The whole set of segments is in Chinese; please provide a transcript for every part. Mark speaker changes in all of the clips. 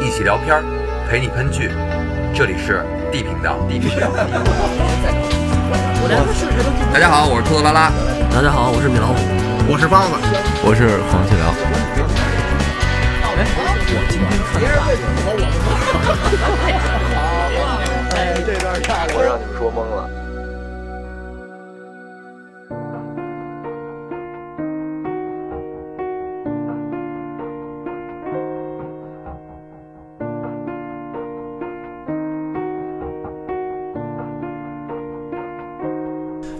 Speaker 1: 一起聊片儿，陪你喷剧。这里是 D 频道。D 频道。大家好，我是兔子拉拉。
Speaker 2: 大家好，我是米老虎。
Speaker 3: 我是包子，
Speaker 4: 我是黄启良。
Speaker 5: 我让你们说懵了。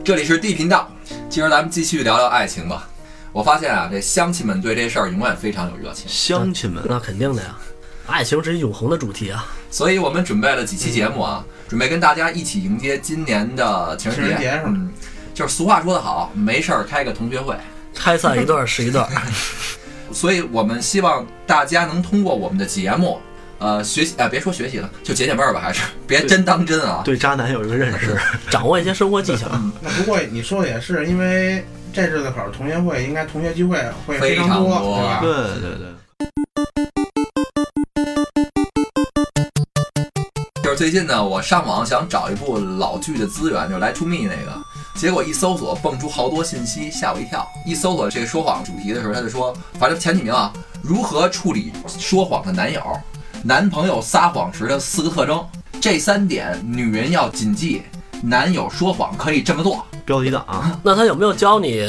Speaker 1: 这里是 D 频道，今儿咱们继续聊聊爱情吧。我发现啊，这乡亲们对这事儿永远非常有热情，
Speaker 4: 乡亲们，
Speaker 2: 那肯定的呀，爱情是一永恒的主题啊。
Speaker 1: 所以我们准备了几期节目啊，准备跟大家一起迎接今年的情人节。
Speaker 3: 情人节是吗
Speaker 1: 嗯，就是俗话说得好，没事儿开个同学会。
Speaker 2: 拆散一段是一段，
Speaker 1: 所以我们希望大家能通过我们的节目，呃，学习啊、别说学习了，就解解闷儿吧，还是别真当真啊。
Speaker 4: 对 渣男有一个认识，
Speaker 2: 掌握一些生活技巧。
Speaker 3: 那不过你说的也是，因为这日子可是同学会，应该同学聚会会
Speaker 1: 非常
Speaker 3: 常
Speaker 1: 多
Speaker 3: 对吧？
Speaker 4: 对对对，
Speaker 1: 就是最近呢，我上网想找一部老剧的资源，就是《来 to Me》那个，结果一搜索蹦出好多信息，吓我一跳。一搜索这个说谎主题的时候，他就说，反正前几名啊，如何处理说谎的男友，男朋友撒谎时的四个特征，这三点女人要谨记，男友说谎可以这么做。
Speaker 4: 标题党啊，
Speaker 2: 那他有没有教你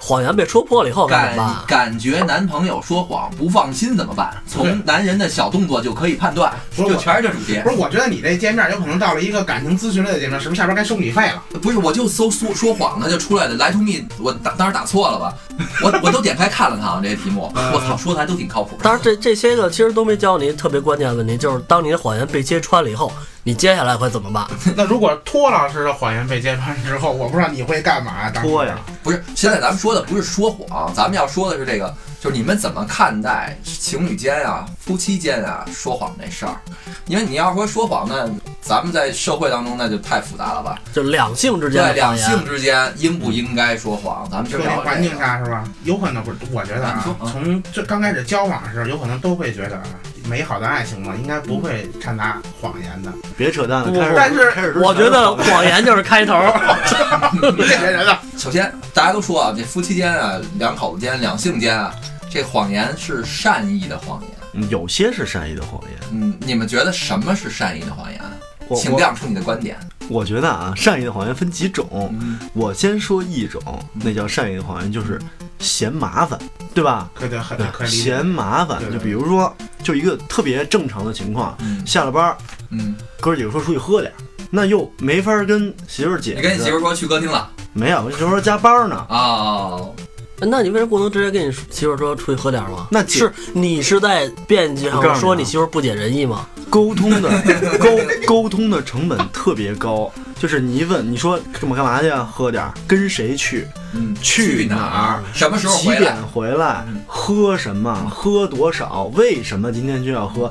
Speaker 2: 谎言被戳破了以后该
Speaker 1: 感
Speaker 2: 怎么
Speaker 4: 哎
Speaker 2: 办？
Speaker 1: 感觉男朋友说谎不放心怎么办？从男人的小动作就可以判断，
Speaker 3: 不是
Speaker 1: 就
Speaker 3: 我
Speaker 1: 全是这主题
Speaker 3: 不。是，我觉得你这界面有可能到了一个感情咨询类的界面，是不是下边该收你费了？
Speaker 1: 不是，我就搜说说谎，他就出来了。来 to me，我打当时打错了吧？我我都点开看了看啊，这些题目，
Speaker 3: 嗯
Speaker 1: 我操，说的还都挺靠谱。
Speaker 2: 当然这，这些个其实都没教你特别关键的问题，就是当你的谎言被揭穿了以后，你接下来会怎么办？
Speaker 3: 那如果托老师的谎言被揭穿之后，我不知道你会干嘛。当时啊
Speaker 4: 拖呀，
Speaker 1: 不是，现在咱们说的不是说谎，咱们要说的是这个，就是你们怎么看待情侣间啊、夫妻间啊说谎这事儿？因为你要说说谎，那咱们在社会当中那就太复杂了吧？
Speaker 2: 就两性之间
Speaker 1: 对，
Speaker 2: 的
Speaker 1: 两
Speaker 2: 谎
Speaker 1: 性
Speaker 2: 言。
Speaker 1: 之间应不应该说谎？咱们就
Speaker 3: 社会
Speaker 1: 聊
Speaker 3: 环
Speaker 1: 这
Speaker 3: 境
Speaker 1: 个。
Speaker 3: 下是吧？有可能不是，我觉得
Speaker 1: 你
Speaker 3: 啊
Speaker 1: 说，嗯
Speaker 3: 从这刚开始交往的时候，有可能都会觉得啊，美好的爱情嘛，应该不会掺杂谎言的。
Speaker 4: 别扯淡了。
Speaker 2: 不
Speaker 4: 开始
Speaker 3: 但是
Speaker 4: 开始之前
Speaker 2: 我觉得谎言就是开 头，
Speaker 3: 你这些人啊，
Speaker 1: 首先，大家都说啊，这夫妻间啊、两口子间、两性间啊，这谎言是善意的谎言。
Speaker 4: 嗯有些是善意的谎言，
Speaker 1: 嗯，你们觉得什么是善意的谎言？啊
Speaker 4: 我
Speaker 1: 请亮出你的观点。
Speaker 4: 我觉得啊，善意的谎言分几种，
Speaker 1: 嗯，
Speaker 4: 我先说一种，那叫善意的谎言，就是嫌麻烦，对吧？
Speaker 3: 可对，很
Speaker 4: 啊
Speaker 3: 可理解。
Speaker 4: 嫌麻烦
Speaker 3: 对，
Speaker 4: 就
Speaker 3: 对
Speaker 4: 比如说，就一个特别正常的情况，
Speaker 1: 嗯
Speaker 4: 下了班儿，
Speaker 1: 嗯，
Speaker 4: 哥几个说出去喝点儿，那又没法跟媳妇儿解释。
Speaker 1: 你跟你媳妇说去歌厅了
Speaker 4: 没有，跟媳妇儿说加班 呢，
Speaker 1: 啊？
Speaker 2: 那你为什么不能直接跟你媳妇儿说出去喝点儿吗？
Speaker 4: 那姐
Speaker 2: 是你是在辩解
Speaker 4: 我告诉
Speaker 2: 上
Speaker 4: 你啊
Speaker 2: 说你媳妇儿不解人意吗？
Speaker 4: 沟通的沟沟通的成本特别高，就是你一问你说干嘛干嘛去啊，喝点儿，跟谁去，
Speaker 1: 嗯，
Speaker 4: 去
Speaker 1: 哪
Speaker 4: 哪
Speaker 1: 儿
Speaker 4: 儿？
Speaker 1: 什么时候
Speaker 4: 几
Speaker 1: 回
Speaker 4: 点
Speaker 1: 来？嗯
Speaker 4: 回来，喝什么，喝多少，为什么今天就要喝，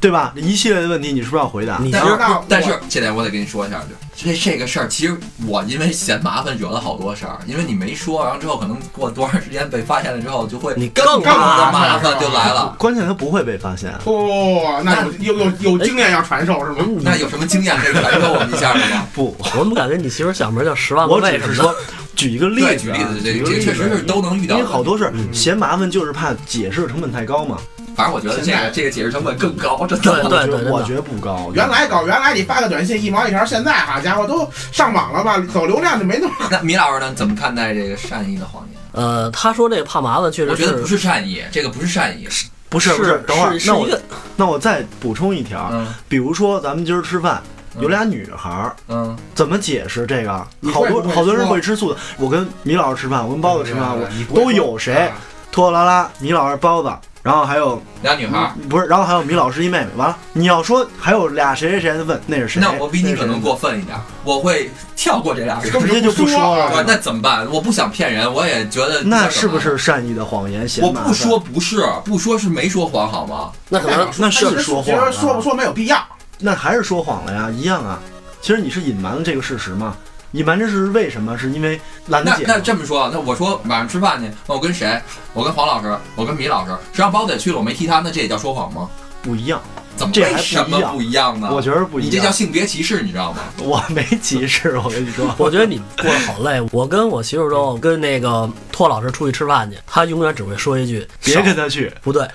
Speaker 4: 对吧？一系列的问题你是不是要回答？
Speaker 2: 你
Speaker 1: 但
Speaker 2: 媳
Speaker 1: 是
Speaker 2: 妇
Speaker 3: 知道我
Speaker 1: 但是这点我得跟你说一下，就这这个事儿，其实我因为嫌麻烦惹了好多事儿，因为你没说，然后之后可能过多长时间被发现了之后，就会
Speaker 2: 你
Speaker 1: 更
Speaker 2: 更
Speaker 1: 多的
Speaker 2: 麻
Speaker 1: 麻
Speaker 3: 烦
Speaker 1: 烦就来了。
Speaker 4: 关键他不会被发现，
Speaker 3: 哦，那有有有有经验要传授是吗？
Speaker 1: 那有什么经验可以传授我们一下的吗？
Speaker 4: 不，
Speaker 2: 我怎么感觉你媳妇儿小名叫十万个
Speaker 4: 我
Speaker 2: 为
Speaker 4: 只
Speaker 2: 什
Speaker 4: 是
Speaker 2: 么呢？
Speaker 4: 说举一个例
Speaker 1: 对，
Speaker 4: 子
Speaker 1: 举
Speaker 4: 啊，
Speaker 1: 例子，这
Speaker 4: 举
Speaker 1: 个这
Speaker 4: 个
Speaker 1: 个
Speaker 4: 例
Speaker 1: 确实是
Speaker 4: 子。
Speaker 1: 都能遇
Speaker 4: 因
Speaker 1: 到
Speaker 4: 为
Speaker 1: 的。
Speaker 4: 好多事儿
Speaker 2: 嗯
Speaker 4: 嫌麻烦，就是怕解释成本太高嘛。
Speaker 1: 反正我觉得这
Speaker 3: 现
Speaker 1: 个
Speaker 3: 在
Speaker 1: 这个解释成本更高，真
Speaker 2: 对
Speaker 1: 的。
Speaker 2: 对
Speaker 4: 我觉
Speaker 2: 真的
Speaker 4: 得我觉得不高。
Speaker 3: 原来搞原来你发个短信一毛一条，现在好家伙都上网了吧，走流量就没那么。
Speaker 1: 那米老师呢？怎么看待这个善意的谎言？
Speaker 2: 呃，他说这个怕麻烦，确
Speaker 1: 我
Speaker 2: 实
Speaker 1: 觉得不
Speaker 2: 是
Speaker 1: 是 善意，这个不是善意。
Speaker 4: 不是
Speaker 2: 是
Speaker 4: 不是，等会儿，
Speaker 2: 是
Speaker 4: 那
Speaker 2: 一
Speaker 4: 我
Speaker 2: 个
Speaker 4: 那我再补充一条，
Speaker 1: 嗯
Speaker 4: 比如说咱们今儿吃饭，
Speaker 1: 嗯
Speaker 4: 有俩女孩儿，
Speaker 1: 嗯，
Speaker 4: 怎么解释这个？
Speaker 3: 你
Speaker 4: 好
Speaker 3: 会
Speaker 4: 多
Speaker 3: 不会
Speaker 4: 好多人
Speaker 3: 说
Speaker 4: 会吃素的。我跟米老师吃饭，我跟包子吃饭，我
Speaker 3: 你不会
Speaker 4: 都有谁
Speaker 3: 啊
Speaker 4: 拖拖拉拉，米老师包子，然后还有
Speaker 1: 俩女孩儿。
Speaker 4: 不是，然后还有米老师一妹妹。完了，你要说还有俩谁谁谁的问那是嗯谁？
Speaker 1: 那我比你
Speaker 4: 那是
Speaker 1: 可
Speaker 4: 谁
Speaker 1: 能过分一点，我会跳过这俩人。
Speaker 3: 根本
Speaker 4: 直接就不说
Speaker 3: 了
Speaker 1: 我那怎么办？我不想骗人，我也觉得
Speaker 4: 那是不？是善意的谎言？嫌
Speaker 1: 我
Speaker 4: 麻
Speaker 1: 不
Speaker 4: 烦
Speaker 1: 说，不是，不说是没说谎好吗？
Speaker 2: 那可能
Speaker 4: 那
Speaker 3: 其
Speaker 4: 是
Speaker 3: 实
Speaker 4: 说啊
Speaker 3: 其实
Speaker 4: 谎
Speaker 3: 说不
Speaker 4: 了，
Speaker 3: 说没有必要。
Speaker 4: 那还是说谎了呀，一样啊。其实你是隐瞒了这个事实嘛？隐瞒这事实为什么？是因为懒得
Speaker 1: 那
Speaker 4: 解释。
Speaker 1: 那这么说，啊那我说晚上吃饭去，那我跟谁？我跟黄老师，我跟米老师，谁让包子也去了，我没踢他，那这也叫说谎吗？
Speaker 4: 不一样，
Speaker 1: 怎么
Speaker 4: 这还
Speaker 1: 为什么
Speaker 4: 不
Speaker 1: 不一样呢？
Speaker 4: 我觉得不
Speaker 1: 啊你
Speaker 4: 一
Speaker 1: 这叫
Speaker 4: 样。
Speaker 1: 性别歧视，你知道吗？
Speaker 4: 我没歧视，我跟你 说，
Speaker 2: 我觉得你过得好累。我跟我媳妇说，我跟那个托老师出去吃饭去，他永远只会说一句：
Speaker 4: 别跟他去。
Speaker 2: 不对，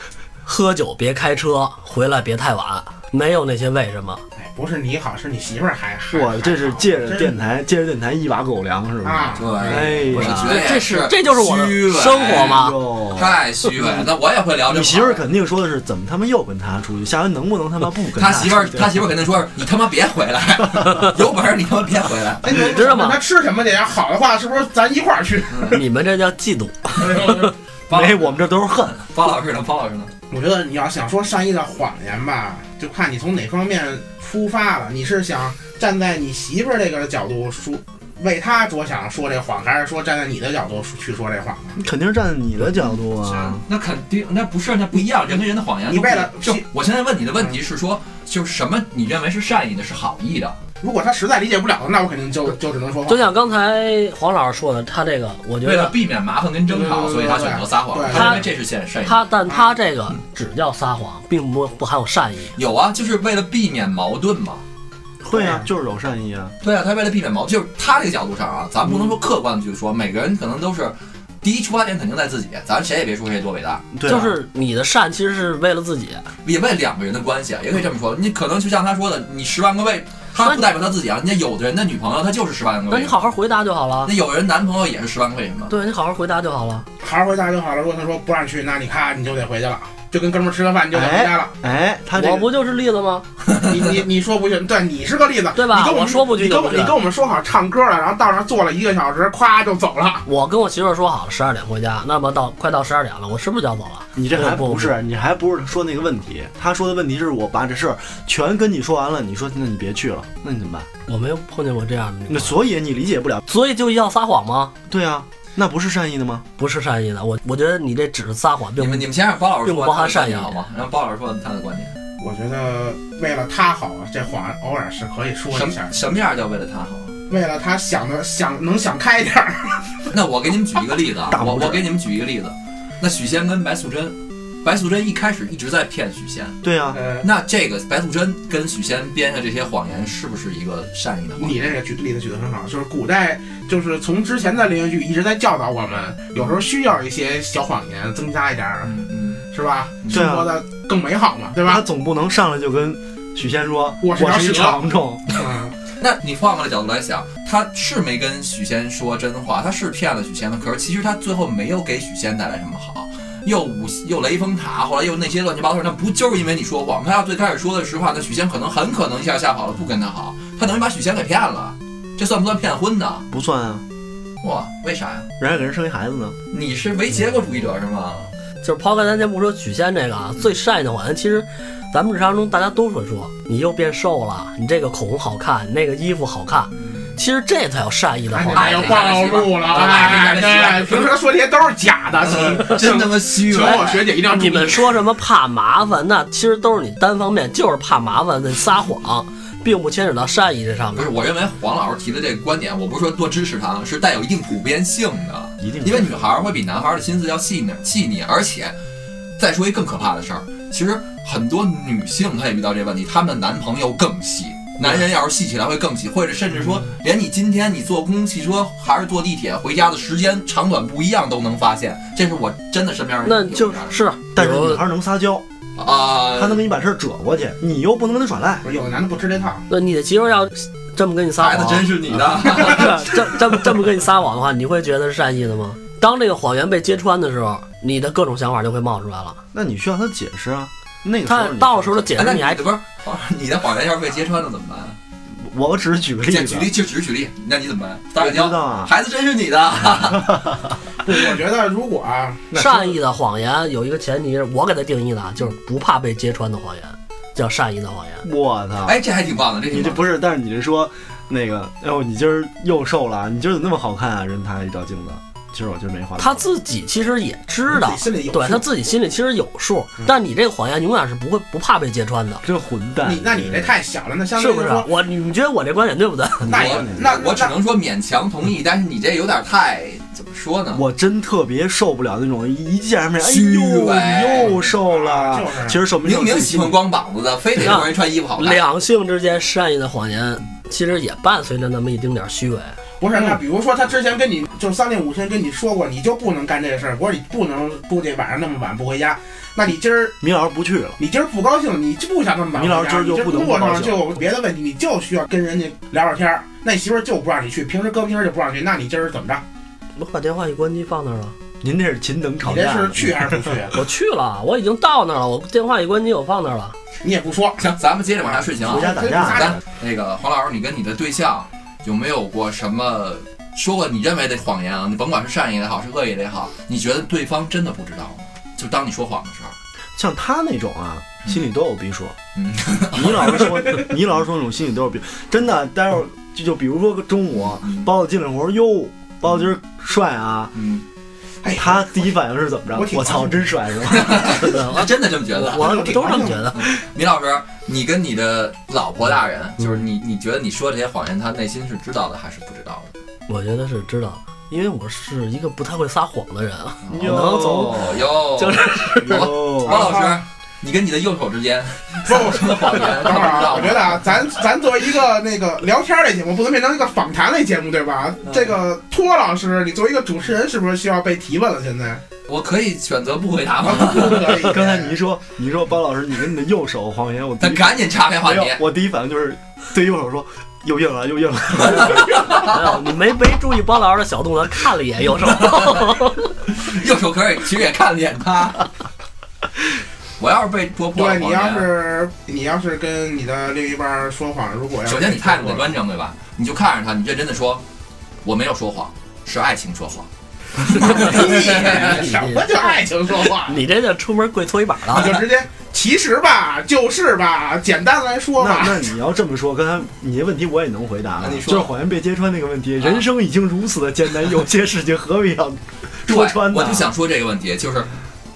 Speaker 2: 喝酒别开车，回来别太晚。没有那些为什么，
Speaker 3: 哎，不是你好，是你媳妇儿还还
Speaker 4: 我这是借着电
Speaker 3: 台
Speaker 4: 台，借着电台一把狗粮，是不是？
Speaker 3: 啊，
Speaker 1: 对，
Speaker 4: 哎呀哎
Speaker 1: 我是觉得也
Speaker 2: 这
Speaker 1: 是
Speaker 2: 这就是我的
Speaker 1: 虚伪
Speaker 2: 生活嘛
Speaker 4: 哟
Speaker 1: 太虚伪 了。那我也会聊这。
Speaker 4: 你媳妇儿。肯定说的是怎么他妈又跟他出去，下回能不能他妈不跟
Speaker 1: 他
Speaker 4: 出
Speaker 1: 媳
Speaker 4: 去
Speaker 1: 妇儿，他媳妇儿肯定说是：“你他妈别回来， 有本事你他妈别回来。
Speaker 3: 哎，你
Speaker 2: 知道吗
Speaker 3: 他吃什么去？要啊好的话，是不是咱一块儿去？
Speaker 2: 你们这叫嫉妒。
Speaker 1: 包”
Speaker 4: 没，我们这都是恨。
Speaker 1: 包老师呢？包老师呢？
Speaker 3: 我觉得你要想说善意的谎言吧，就看你从哪方面出发了。你是想站在你媳妇儿这个角度说，为她着想说这谎，还是说站在你的角度说去说这谎呢？
Speaker 4: 肯定是站在你的角度啊。
Speaker 1: 那肯定，那不是，那不一样，人跟人的谎言都不
Speaker 3: 嗯你
Speaker 1: 一
Speaker 3: 为
Speaker 1: 样。
Speaker 3: 了
Speaker 1: 就我现在问你的问题是说，就是什么你认为是善意的，是好意的？
Speaker 3: 如果她实在理解不了，那我肯定就就只能说
Speaker 2: 就
Speaker 3: 谎。
Speaker 2: 像刚才黄老师说的，他这个，我觉
Speaker 1: 为了
Speaker 2: 得
Speaker 1: 避免麻烦跟争吵，
Speaker 3: 嗯对对对
Speaker 1: 所以他选择撒谎
Speaker 3: 对。对
Speaker 1: 他认为这是善善意。
Speaker 2: 他，但他这个只叫撒谎，并不不含有善意。
Speaker 1: 有啊，就是为了避免矛盾嘛。
Speaker 4: 会啊，就是有善意啊。
Speaker 1: 对啊，他为了避免矛盾，就是他这个角度上啊，咱不能说客观的去说，每个人可能都是第一出发点肯定在自己，咱谁也别说谁多伟大，
Speaker 4: 对啊，
Speaker 2: 就是你的善其实是为了自己，
Speaker 1: 也为两个人的关系啊，也可以这么说。你可能就像他说的，你十万个为，他
Speaker 2: 那
Speaker 1: 不
Speaker 2: 你
Speaker 1: 代表他自己啊。人家有的人的女朋友，她就是十万个
Speaker 2: 那
Speaker 1: 为
Speaker 2: 你
Speaker 1: 什么，
Speaker 2: 好好回答就好了。
Speaker 1: 那有人男朋友也是十万个为什么。
Speaker 2: 对你好好回答就好了。
Speaker 3: 好好回答就好了。如果她说不让去，那你看你就得回去了，就跟哥们儿吃个饭你就得回家了。
Speaker 4: 哎，他这
Speaker 2: 我
Speaker 4: 个
Speaker 2: 不就是例子吗？
Speaker 3: 你你你说不去，对你是个例子，
Speaker 2: 哎对吧
Speaker 3: 你跟我
Speaker 2: 我说不去
Speaker 3: 你跟
Speaker 2: 就
Speaker 3: 我
Speaker 2: 不去
Speaker 3: 你跟我们说好唱歌了，然后到那儿坐了一个小时，咵就走了。
Speaker 2: 我跟我媳妇儿说好了十二点回家，那么到快到十二点了，我是不是就要走了？
Speaker 4: 你这还
Speaker 2: 不
Speaker 4: 不
Speaker 2: 不
Speaker 4: 是，你还不是说那个问题。他说的问题是我把这事儿全跟你说完了，你说那你别去了，那你怎么办？
Speaker 2: 我没有碰见过这样的女
Speaker 4: 那
Speaker 2: 孩，
Speaker 4: 所以你理解不了。
Speaker 2: 所以就要撒谎吗？
Speaker 4: 对啊，那不是善意的吗？
Speaker 2: 不是善意的，我我觉得你这只是撒谎，并
Speaker 1: 你
Speaker 2: 不
Speaker 1: 们你们先让包老师
Speaker 2: 并
Speaker 1: 说
Speaker 2: 不包
Speaker 1: 他
Speaker 2: 含
Speaker 1: 的观
Speaker 2: 善意
Speaker 1: 点好吗？让包老师说他的观点。
Speaker 3: 我觉得为了她好，这谎偶尔是可以说
Speaker 1: 什
Speaker 3: 一下
Speaker 1: 么。什么样叫为了他好？
Speaker 3: 为了她想的想能想开点儿，
Speaker 1: 那我给你们举一个例子啊
Speaker 4: 大，拇
Speaker 1: 我
Speaker 4: 指
Speaker 1: 我给你们举一个例子。那许仙跟白素贞，白素贞一开始一直在骗许仙，
Speaker 4: 对啊，
Speaker 3: 呃，
Speaker 1: 那这个白素贞跟许仙编下这些谎言，是不是一个善意的谎言？
Speaker 3: 你这个举例子举得很好，就是古代就是从之前的连续剧一直在教导我们，有时候需要一些小谎言，增加一点儿，
Speaker 1: 嗯嗯，
Speaker 3: 是吧？
Speaker 4: 对
Speaker 3: 生活
Speaker 4: 啊，
Speaker 3: 的更美好嘛，对
Speaker 4: 他
Speaker 3: 吧？
Speaker 4: 总不能上来就跟许仙说
Speaker 3: 我是条
Speaker 4: 一
Speaker 3: 蛇
Speaker 4: 长虫，
Speaker 3: 嗯，
Speaker 1: 那你换个角度来想，他是没跟许仙说真话，他是骗了许仙的，可是其实他最后没有给许仙带来什么好。又武又雷峰塔，后来又那些乱七八糟的事，那不就是因为你说谎？他要最开始说的实话，那许仙可能很可能一下吓跑了，不跟他好，他等于把许仙给骗了，这算不算骗婚呢？
Speaker 4: 不算啊，
Speaker 1: 哇，为啥呀？
Speaker 4: 人家给人生一孩子呢。
Speaker 1: 你是唯结构主义者是吗？
Speaker 2: 就是抛开咱先不说许仙这个啊，最善意的谎言，其实咱们日常中大家都会说，你又变瘦了，你这个口红好看，你那个衣服好看，其实这才叫善意的谎
Speaker 1: 哎
Speaker 2: 言。
Speaker 3: 哎呦，暴露了，哎，对，平时说这些都是假的，
Speaker 1: 嗯
Speaker 3: 请
Speaker 1: 真他妈虚
Speaker 3: 请
Speaker 1: 伪！
Speaker 3: 我学姐一定要注
Speaker 2: 你
Speaker 3: 意
Speaker 2: 们说什么怕麻烦，那其实都是你单方面，就是怕麻烦在撒谎，并不牵扯到善意这上
Speaker 1: 不是，。
Speaker 2: 面
Speaker 1: 我认为黄老师提的这个观点，我不是说多支持他，是带有一定普遍性的。
Speaker 4: 一
Speaker 2: 嗯
Speaker 4: 定
Speaker 1: 因为女孩儿会比男孩儿的心思要细腻细腻，而且再说一更可怕的事儿，其实很多女性她也遇到这问题，她们的男朋友更细，
Speaker 2: 嗯
Speaker 1: 男人要是细起来会更细，或者甚至说连你今天你坐公共汽车还是坐地铁回家的时间长短不一样都能发现，这是我真的身边儿有
Speaker 2: 那
Speaker 1: 这
Speaker 2: 就
Speaker 1: 样的
Speaker 2: 是，
Speaker 4: 但是
Speaker 2: 比
Speaker 4: 女
Speaker 2: 如
Speaker 4: 孩能撒娇，
Speaker 1: 啊，
Speaker 4: 她能给你把事儿折过去，你又不能跟她耍赖。
Speaker 3: 不是有的男的不吃这套，
Speaker 2: 那呃你的媳妇要这么跟你撒
Speaker 1: 孩子
Speaker 2: 谎，
Speaker 1: 真是你的。
Speaker 2: 这这么这么跟你撒谎的话，你会觉得是善意的吗？当这个谎言被揭穿的时候，你的各种想法就会冒出来了。
Speaker 4: 那你需要她解释啊。那个时
Speaker 2: 他
Speaker 4: 候你
Speaker 2: 到时候的解
Speaker 1: 哎那
Speaker 2: 释你 还
Speaker 1: 的不是黄你的谎言要是被揭穿了怎么办？
Speaker 4: 我只是举个例
Speaker 1: 这
Speaker 4: 子
Speaker 1: 举，例就只是举例，那你怎么办？打
Speaker 4: 我
Speaker 1: 个
Speaker 4: 知道
Speaker 1: 交，
Speaker 4: 啊。
Speaker 1: 孩子真是你的。
Speaker 3: 我觉得如果啊
Speaker 2: 善意的谎言有一个前提，我给他定义的啊，就是不怕被揭穿的谎言，叫善意的谎言。
Speaker 4: 我操！
Speaker 1: 哎，这还挺棒的，这挺
Speaker 4: 你
Speaker 1: 棒的
Speaker 4: 这不是，但是你这说那个，哎呦，你今儿又瘦了，你今儿怎么那么好看啊？人他一照镜子，其实我今儿没化妆。
Speaker 2: 他自己其实也知
Speaker 3: 自
Speaker 2: 道
Speaker 3: 己，心里有
Speaker 2: 对
Speaker 3: 数
Speaker 2: 他自己心里其实有数，但你这个谎言永远是不会不怕被揭穿的，
Speaker 4: 这混蛋，
Speaker 3: 你那你这太小了，那相
Speaker 2: 是
Speaker 3: 对
Speaker 2: 不
Speaker 3: 来
Speaker 2: 是
Speaker 3: 说，？
Speaker 2: 我你们觉得我这观点对不对？
Speaker 3: 那也
Speaker 1: 我
Speaker 3: 那
Speaker 1: 我只
Speaker 3: 那
Speaker 1: 能说勉强同意，但是你这有点太怎么说呢？
Speaker 4: 我真特别受不了那种一见面，哎
Speaker 1: 虚伪
Speaker 4: 呦，又瘦了。
Speaker 3: 就是啊
Speaker 4: 其实瘦没瘦
Speaker 1: 明明喜欢光膀子的，非得让人穿衣服好看。
Speaker 2: 两性之间善意的谎言，其实也伴随着那么一丁点儿虚伪。
Speaker 3: 不是，
Speaker 4: 嗯
Speaker 3: 那比如说他之前跟你就是三令五申跟你说过，你就不能干这事儿，我说你不能出去晚上那么晚不回家，那你今儿
Speaker 4: 米老师不去了，
Speaker 3: 你今儿不高兴，你就不想那么晚回家，
Speaker 4: 米老师今儿就
Speaker 3: 你
Speaker 4: 不
Speaker 3: 这
Speaker 4: 能
Speaker 3: 工
Speaker 4: 不
Speaker 3: 作
Speaker 4: 高兴
Speaker 3: 上就有别的问题，你就需要跟人家聊聊天儿。那你媳妇儿就不让你去，平时搁平时就不让你去，那你今儿怎么着？
Speaker 2: 我把电话一关机放那儿了，
Speaker 4: 您这是勤等吵
Speaker 3: 你这
Speaker 4: 架
Speaker 3: 是
Speaker 4: 呢。
Speaker 3: 去还是不去？啊
Speaker 2: 我去了，我已经到那儿了，我电话一关机我放那儿了。
Speaker 3: 你也不说，
Speaker 1: 行，咱们接着往下睡行啊
Speaker 4: 回。家打架
Speaker 1: 咱那个黄老师，你跟你的对象有没有过什么说过你认为的谎言啊？你甭管是善意的也好，是恶意的也好，你觉得对方真的不知道吗？就当你说谎的时候，
Speaker 4: 像他那种啊，心里都有逼数。
Speaker 1: 嗯，
Speaker 4: 你老是说， 你老是说那种心里都有逼，真的。待会儿就就比如说中午
Speaker 1: 嗯
Speaker 4: 包子进来，我说哟，包子今儿帅啊。
Speaker 1: 嗯，
Speaker 3: 哎，
Speaker 4: 他第一反应是怎么
Speaker 3: 我
Speaker 4: 着？
Speaker 3: 挺
Speaker 4: 我操，真帅是 吧？
Speaker 2: 对 我
Speaker 1: 他真的这么觉得。
Speaker 2: 我我都这么觉得。
Speaker 1: 米老师，你跟你的老婆大人，就是你，你觉得你说这些谎言，他内心是知道的还是不知道的？
Speaker 2: 我觉得是知道，因为我是一个不太会撒谎的人啊。
Speaker 4: 哟
Speaker 2: 能走
Speaker 1: 哦哟，
Speaker 2: 就是
Speaker 4: 哟
Speaker 1: 王老师，你跟你的右手之间
Speaker 3: 不是我
Speaker 1: 什么谎言？
Speaker 3: 等会
Speaker 1: 他不
Speaker 3: 儿
Speaker 1: 知
Speaker 3: 啊，
Speaker 1: 道
Speaker 3: 我觉得啊，咱 咱作为一个那个聊天类节目，不能变成一个访谈类节目，对吧？
Speaker 4: 嗯
Speaker 3: 这个托老师，你作为一个主持人，是不是需要被提问了？现在
Speaker 1: 我可以选择不回答吗？
Speaker 3: 啊，不可以。
Speaker 4: 刚才你一说，你说包老师，你跟你的右手谎言，我第
Speaker 1: 咱
Speaker 4: 一
Speaker 1: 赶紧岔开话
Speaker 4: 没
Speaker 1: 题
Speaker 4: 有，，我第一反应就是对右手说又硬了，又硬了。
Speaker 2: 没有，你哎没没注意包老师的小动作，看了一眼右手。
Speaker 1: 右手可以，其实也看了眼他。我要是被戳破了
Speaker 3: 对
Speaker 1: 谎
Speaker 3: 你要
Speaker 1: 言，
Speaker 3: 是你要是跟你的另一半说谎，如果要是
Speaker 1: 首先你态度
Speaker 3: 说
Speaker 1: 得 端正，对吧？你就看着他，你认真的说，我没有说谎，是爱情说谎。
Speaker 3: 屁什么叫爱情说话？
Speaker 2: 你这就出门跪搓衣板了。
Speaker 3: 啊你就直接其实吧，就是吧，简单来说
Speaker 4: 那
Speaker 3: 吧，
Speaker 4: 那你要这么说，刚才你的问题我也能回答
Speaker 1: 啊
Speaker 4: 了，
Speaker 1: 你说啊
Speaker 4: 就是谎言被揭穿那个问题，人生已经如此 的艰难，有些事情何必要戳穿
Speaker 1: 对，
Speaker 2: 啊
Speaker 4: 呢？
Speaker 1: 我就想说这个问题，就是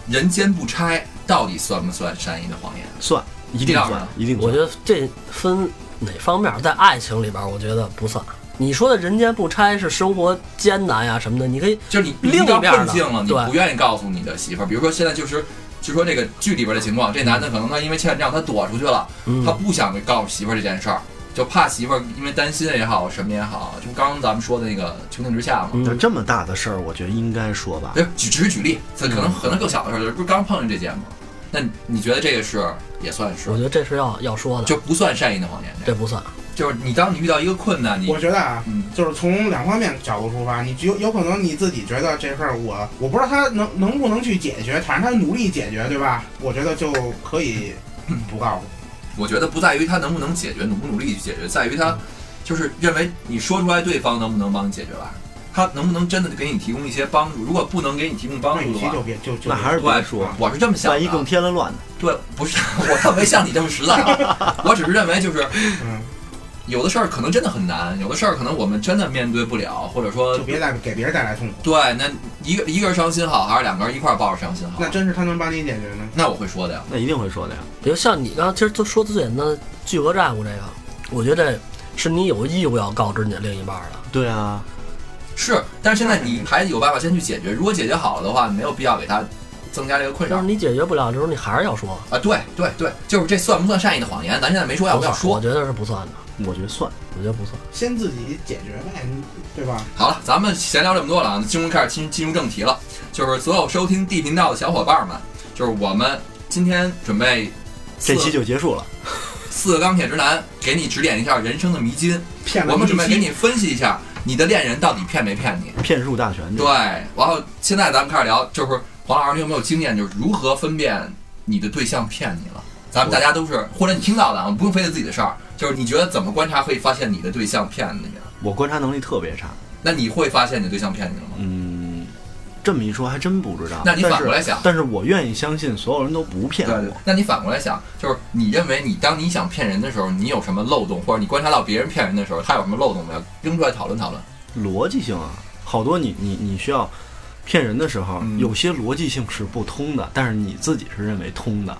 Speaker 1: 人间不拆到底算不算善意的谎言？
Speaker 4: 算，一定
Speaker 1: 这样
Speaker 4: 算
Speaker 1: 的，
Speaker 4: 一定
Speaker 2: 我
Speaker 4: 算
Speaker 2: 觉。得这分哪方面，在爱情里边，我觉得不算。你说的“人间不拆”是生活艰难呀什么的，你可以
Speaker 1: 就是你
Speaker 2: 另
Speaker 1: 遇
Speaker 2: 一
Speaker 1: 到
Speaker 2: 面的
Speaker 1: 困境了，你
Speaker 2: 对
Speaker 1: 不愿意告诉你的媳妇儿。比如说现在就是，就说这个剧里边的情况，这男的可能他因为欠账他躲出去了，他
Speaker 2: 嗯，
Speaker 1: 不想告诉媳妇儿这件事儿，就怕媳妇儿因为担心也好，什么也好，就刚刚咱们说的那个穹顶之下嘛。
Speaker 4: 那
Speaker 2: 嗯
Speaker 4: 这么大的事儿，我觉得应该说吧。
Speaker 1: 对，举只是举例，这可能
Speaker 2: 嗯
Speaker 1: 可能更小的事儿，就是不是刚碰见这件吗？那你你觉得这个是也算是
Speaker 2: 我觉，得这是要要说的，
Speaker 1: 就不算善意的谎言？
Speaker 2: 这不算。
Speaker 1: 就是你当你遇到一个困难，你
Speaker 3: 我觉得啊。
Speaker 1: 嗯，
Speaker 3: 就是从两方面角度出发，你有有可能你自己觉得这事儿我我不知道他能能不能去解决，反正他努力解决，对吧？我觉得就可以不告诉。
Speaker 1: 我觉得不在于他能不能解决，努不努力去解决，在于他就是认为你说出来对方能不能帮你解决吧，他能不能真的给你提供一些帮助？如果不能给你提供帮
Speaker 3: 那
Speaker 1: 助
Speaker 3: 与
Speaker 1: 的
Speaker 3: 其
Speaker 1: 话，
Speaker 3: 就别就就
Speaker 4: 那还是
Speaker 1: 对
Speaker 4: 别说，
Speaker 1: 我是这么想的
Speaker 4: 万
Speaker 1: 啊。
Speaker 4: 一更添了乱呢？
Speaker 1: 对，不是，我倒没像你这么实在啊，我只是认为就是
Speaker 3: 嗯，
Speaker 1: 有的事儿可能真的很难，有的事儿可能我们真的面对不了，或者说
Speaker 3: 就别再给别人带来痛苦。
Speaker 1: 对，那一个一个人伤心好，还是两个人一块儿抱着伤心好？
Speaker 3: 那真是他能帮你解决呢？
Speaker 1: 那我会说的呀，
Speaker 4: 那一定会说的呀。
Speaker 2: 比如像你刚刚其实就说的最简单的巨额债务这个，我觉得是你有义务要告知你的另一半的。
Speaker 4: 对啊，
Speaker 1: 是，但是现在你还有办法先去解决，如果解决好了的话，没有必要给他增加这个困扰
Speaker 2: 要是你解决不了的时候，你还是要说。
Speaker 1: 啊。对对对，就是这算不算善意的谎言？咱现在没说要
Speaker 2: 不
Speaker 1: 不要
Speaker 2: 算我
Speaker 1: 说。
Speaker 2: 觉得是不算的，
Speaker 4: 我觉得算。
Speaker 2: 我觉得不算。
Speaker 3: 先自己解决呗，你对吧？
Speaker 1: 好了，咱们闲聊这么多了啊，进入开始进进入正题了，就是所有收听 D 频道的小伙伴们，就是我们今天准备四
Speaker 4: 这期就结束了。
Speaker 1: 四个钢铁直男给你指点一下人生的迷津，
Speaker 3: 骗了
Speaker 1: 我们准备给
Speaker 3: 一期
Speaker 1: 你分析一下你的恋人到底骗没骗你。
Speaker 4: 骗术大全，
Speaker 1: 对，然后现在咱们开始聊，就是黄老师，你有没有经验，就是如何分辨你的对象骗你了？咱们大家都是，或者你听到的啊，不用非得自己的事儿，就是你觉得怎么观察可以发现你的对象骗你了？
Speaker 4: 我观察能力特别差。
Speaker 1: 那你会发现你的对象骗你了吗？
Speaker 4: 嗯，这么一说还真不知道。
Speaker 1: 那你
Speaker 4: 但
Speaker 1: 反
Speaker 4: 是
Speaker 1: 过来想
Speaker 4: 但是我愿意相信所有人都不骗
Speaker 1: 对对
Speaker 4: 我。，
Speaker 1: 那你反过来想，就是你认为你当你想骗人的时候，你有什么漏洞，或者你观察到别人骗人的时候，他有什么漏洞没有？拎出来讨论讨论。
Speaker 4: 逻辑性啊，好多你你你需要骗人的时候，
Speaker 1: 嗯
Speaker 4: 有些逻辑性是不通的，但是你自己是认为通的。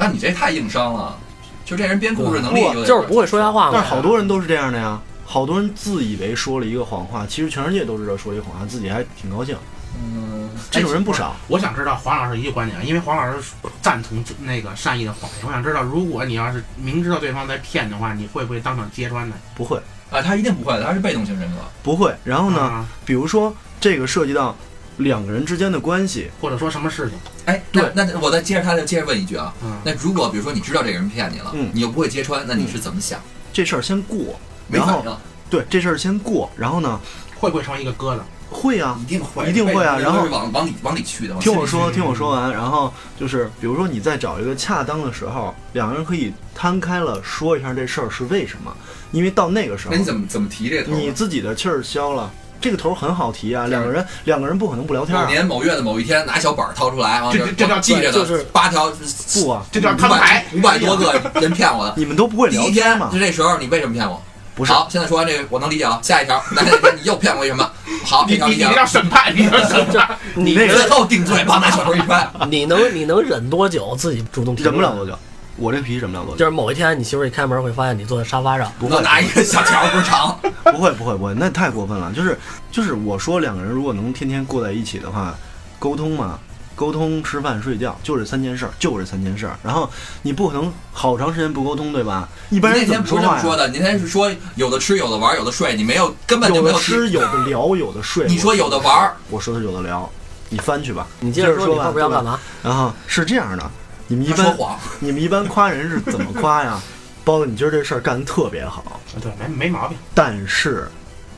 Speaker 1: 那你这太硬伤了，就这人编故事能力
Speaker 2: 不
Speaker 1: 有点
Speaker 2: 就是不会说瞎话
Speaker 4: 但
Speaker 2: 嘛。
Speaker 4: 是好多人都是这样的呀，好多人自以为说了一个谎话，其实全世界都知道说一个谎话，自己还挺高兴。
Speaker 1: 嗯，
Speaker 4: 这种人不少。
Speaker 3: 我想知道黄老师一个观点，因为黄老师赞同那个善意的谎言。我想知道，如果你要是明知道对方在骗的话，你会不会当场揭穿他？
Speaker 4: 不会，
Speaker 1: 啊，他一定不会的，他是被动型人格。
Speaker 4: 不会。然后呢，
Speaker 3: 啊，
Speaker 4: 比如说这个涉及到两个人之间的关系，
Speaker 3: 或者说什么事情？
Speaker 1: 哎，那那我再接着他接着问一句啊，
Speaker 3: 嗯，
Speaker 1: 那如果比如说你知道这个人骗你了，
Speaker 4: 嗯
Speaker 1: 你又不会揭穿，那你是怎么想？
Speaker 4: 这事儿先过。
Speaker 1: 没
Speaker 4: 然
Speaker 1: 反
Speaker 4: 后
Speaker 1: 应，
Speaker 4: 对这事儿先过，然后呢，
Speaker 3: 会不会成为一个疙瘩？
Speaker 4: 会啊，
Speaker 1: 一定会
Speaker 4: 一定会啊
Speaker 1: 被
Speaker 4: 然后
Speaker 1: 就是往往里往里去的。往
Speaker 4: 听
Speaker 1: 心
Speaker 4: 我
Speaker 1: 里
Speaker 4: 说，
Speaker 3: 嗯
Speaker 4: 听我说完，然后就是，比如说你在找一个恰当的时候，两个人可以摊开了说一下这事儿是为什么，因为到那个时
Speaker 1: 去
Speaker 4: 候
Speaker 1: 那，你怎么怎么提这个头啊？
Speaker 4: 你自己的气儿消了，这个头儿很好提啊，两个人两个人不可能不聊天
Speaker 1: 某
Speaker 4: 啊，
Speaker 1: 年某月的某一天，拿小本儿掏出来，啊，
Speaker 3: 这这这叫
Speaker 1: 记着
Speaker 2: 就
Speaker 1: 呢
Speaker 2: 是，
Speaker 1: 八条，
Speaker 4: 不啊，
Speaker 3: 这叫
Speaker 1: 五
Speaker 3: 摊牌
Speaker 1: 百。五百多个人骗我的。
Speaker 4: 你们都不会
Speaker 1: 第
Speaker 4: 哎聊
Speaker 1: 一
Speaker 4: 天
Speaker 1: 天
Speaker 4: 嘛
Speaker 1: 就？这时候，你为什么骗我？
Speaker 4: 不是，
Speaker 1: 好，现在说完这个，我能理解了。下一条，那那天你又骗我一什么？好，
Speaker 3: 你
Speaker 1: 这条
Speaker 3: 你
Speaker 1: 理
Speaker 3: 你
Speaker 1: 解
Speaker 3: 这
Speaker 1: 了。
Speaker 3: 叫审判，你这叫审判。
Speaker 2: 你
Speaker 4: 那
Speaker 1: 最后定罪，把拿小手一拍。
Speaker 2: 你能你能忍多久？自己主动提
Speaker 4: 忍不
Speaker 2: 出来
Speaker 4: 了多久，我这脾气忍不了多久，
Speaker 2: 就是某一天，你媳妇儿一开门会发现你坐在沙发上，
Speaker 4: 不
Speaker 1: 我
Speaker 4: 会，
Speaker 1: 拿一个小条不长，
Speaker 4: 不会，不会，不会，那太过分了。就是就是，我说两个人如果能天天过在一起的话，沟通嘛，沟通、吃饭、睡觉，就这三件事儿，就这三件事儿。然后你不可能好长时间不沟通，对吧？一般
Speaker 1: 那
Speaker 4: 人怎
Speaker 1: 天
Speaker 4: 么
Speaker 1: 不是这
Speaker 4: 话
Speaker 1: 么说
Speaker 4: 呀？
Speaker 1: 的，你那天是说有的吃，有的玩，有的睡，你没有根本就
Speaker 4: 有
Speaker 1: 没
Speaker 4: 的
Speaker 1: 有提。
Speaker 4: 吃，有的聊，有的睡。
Speaker 1: 你说有的玩儿，
Speaker 4: 我说的有的聊，你翻去吧。
Speaker 2: 你接着说
Speaker 4: 接着说
Speaker 2: 你
Speaker 4: 吧
Speaker 2: 后边要干嘛？
Speaker 4: 然后是这样的，你们一
Speaker 1: 他说
Speaker 4: 般啊
Speaker 1: 谎，
Speaker 4: 你们一般夸人是怎么夸呀？包子，你今儿这事儿干得特别好，
Speaker 3: 对，没没毛病。
Speaker 4: 但是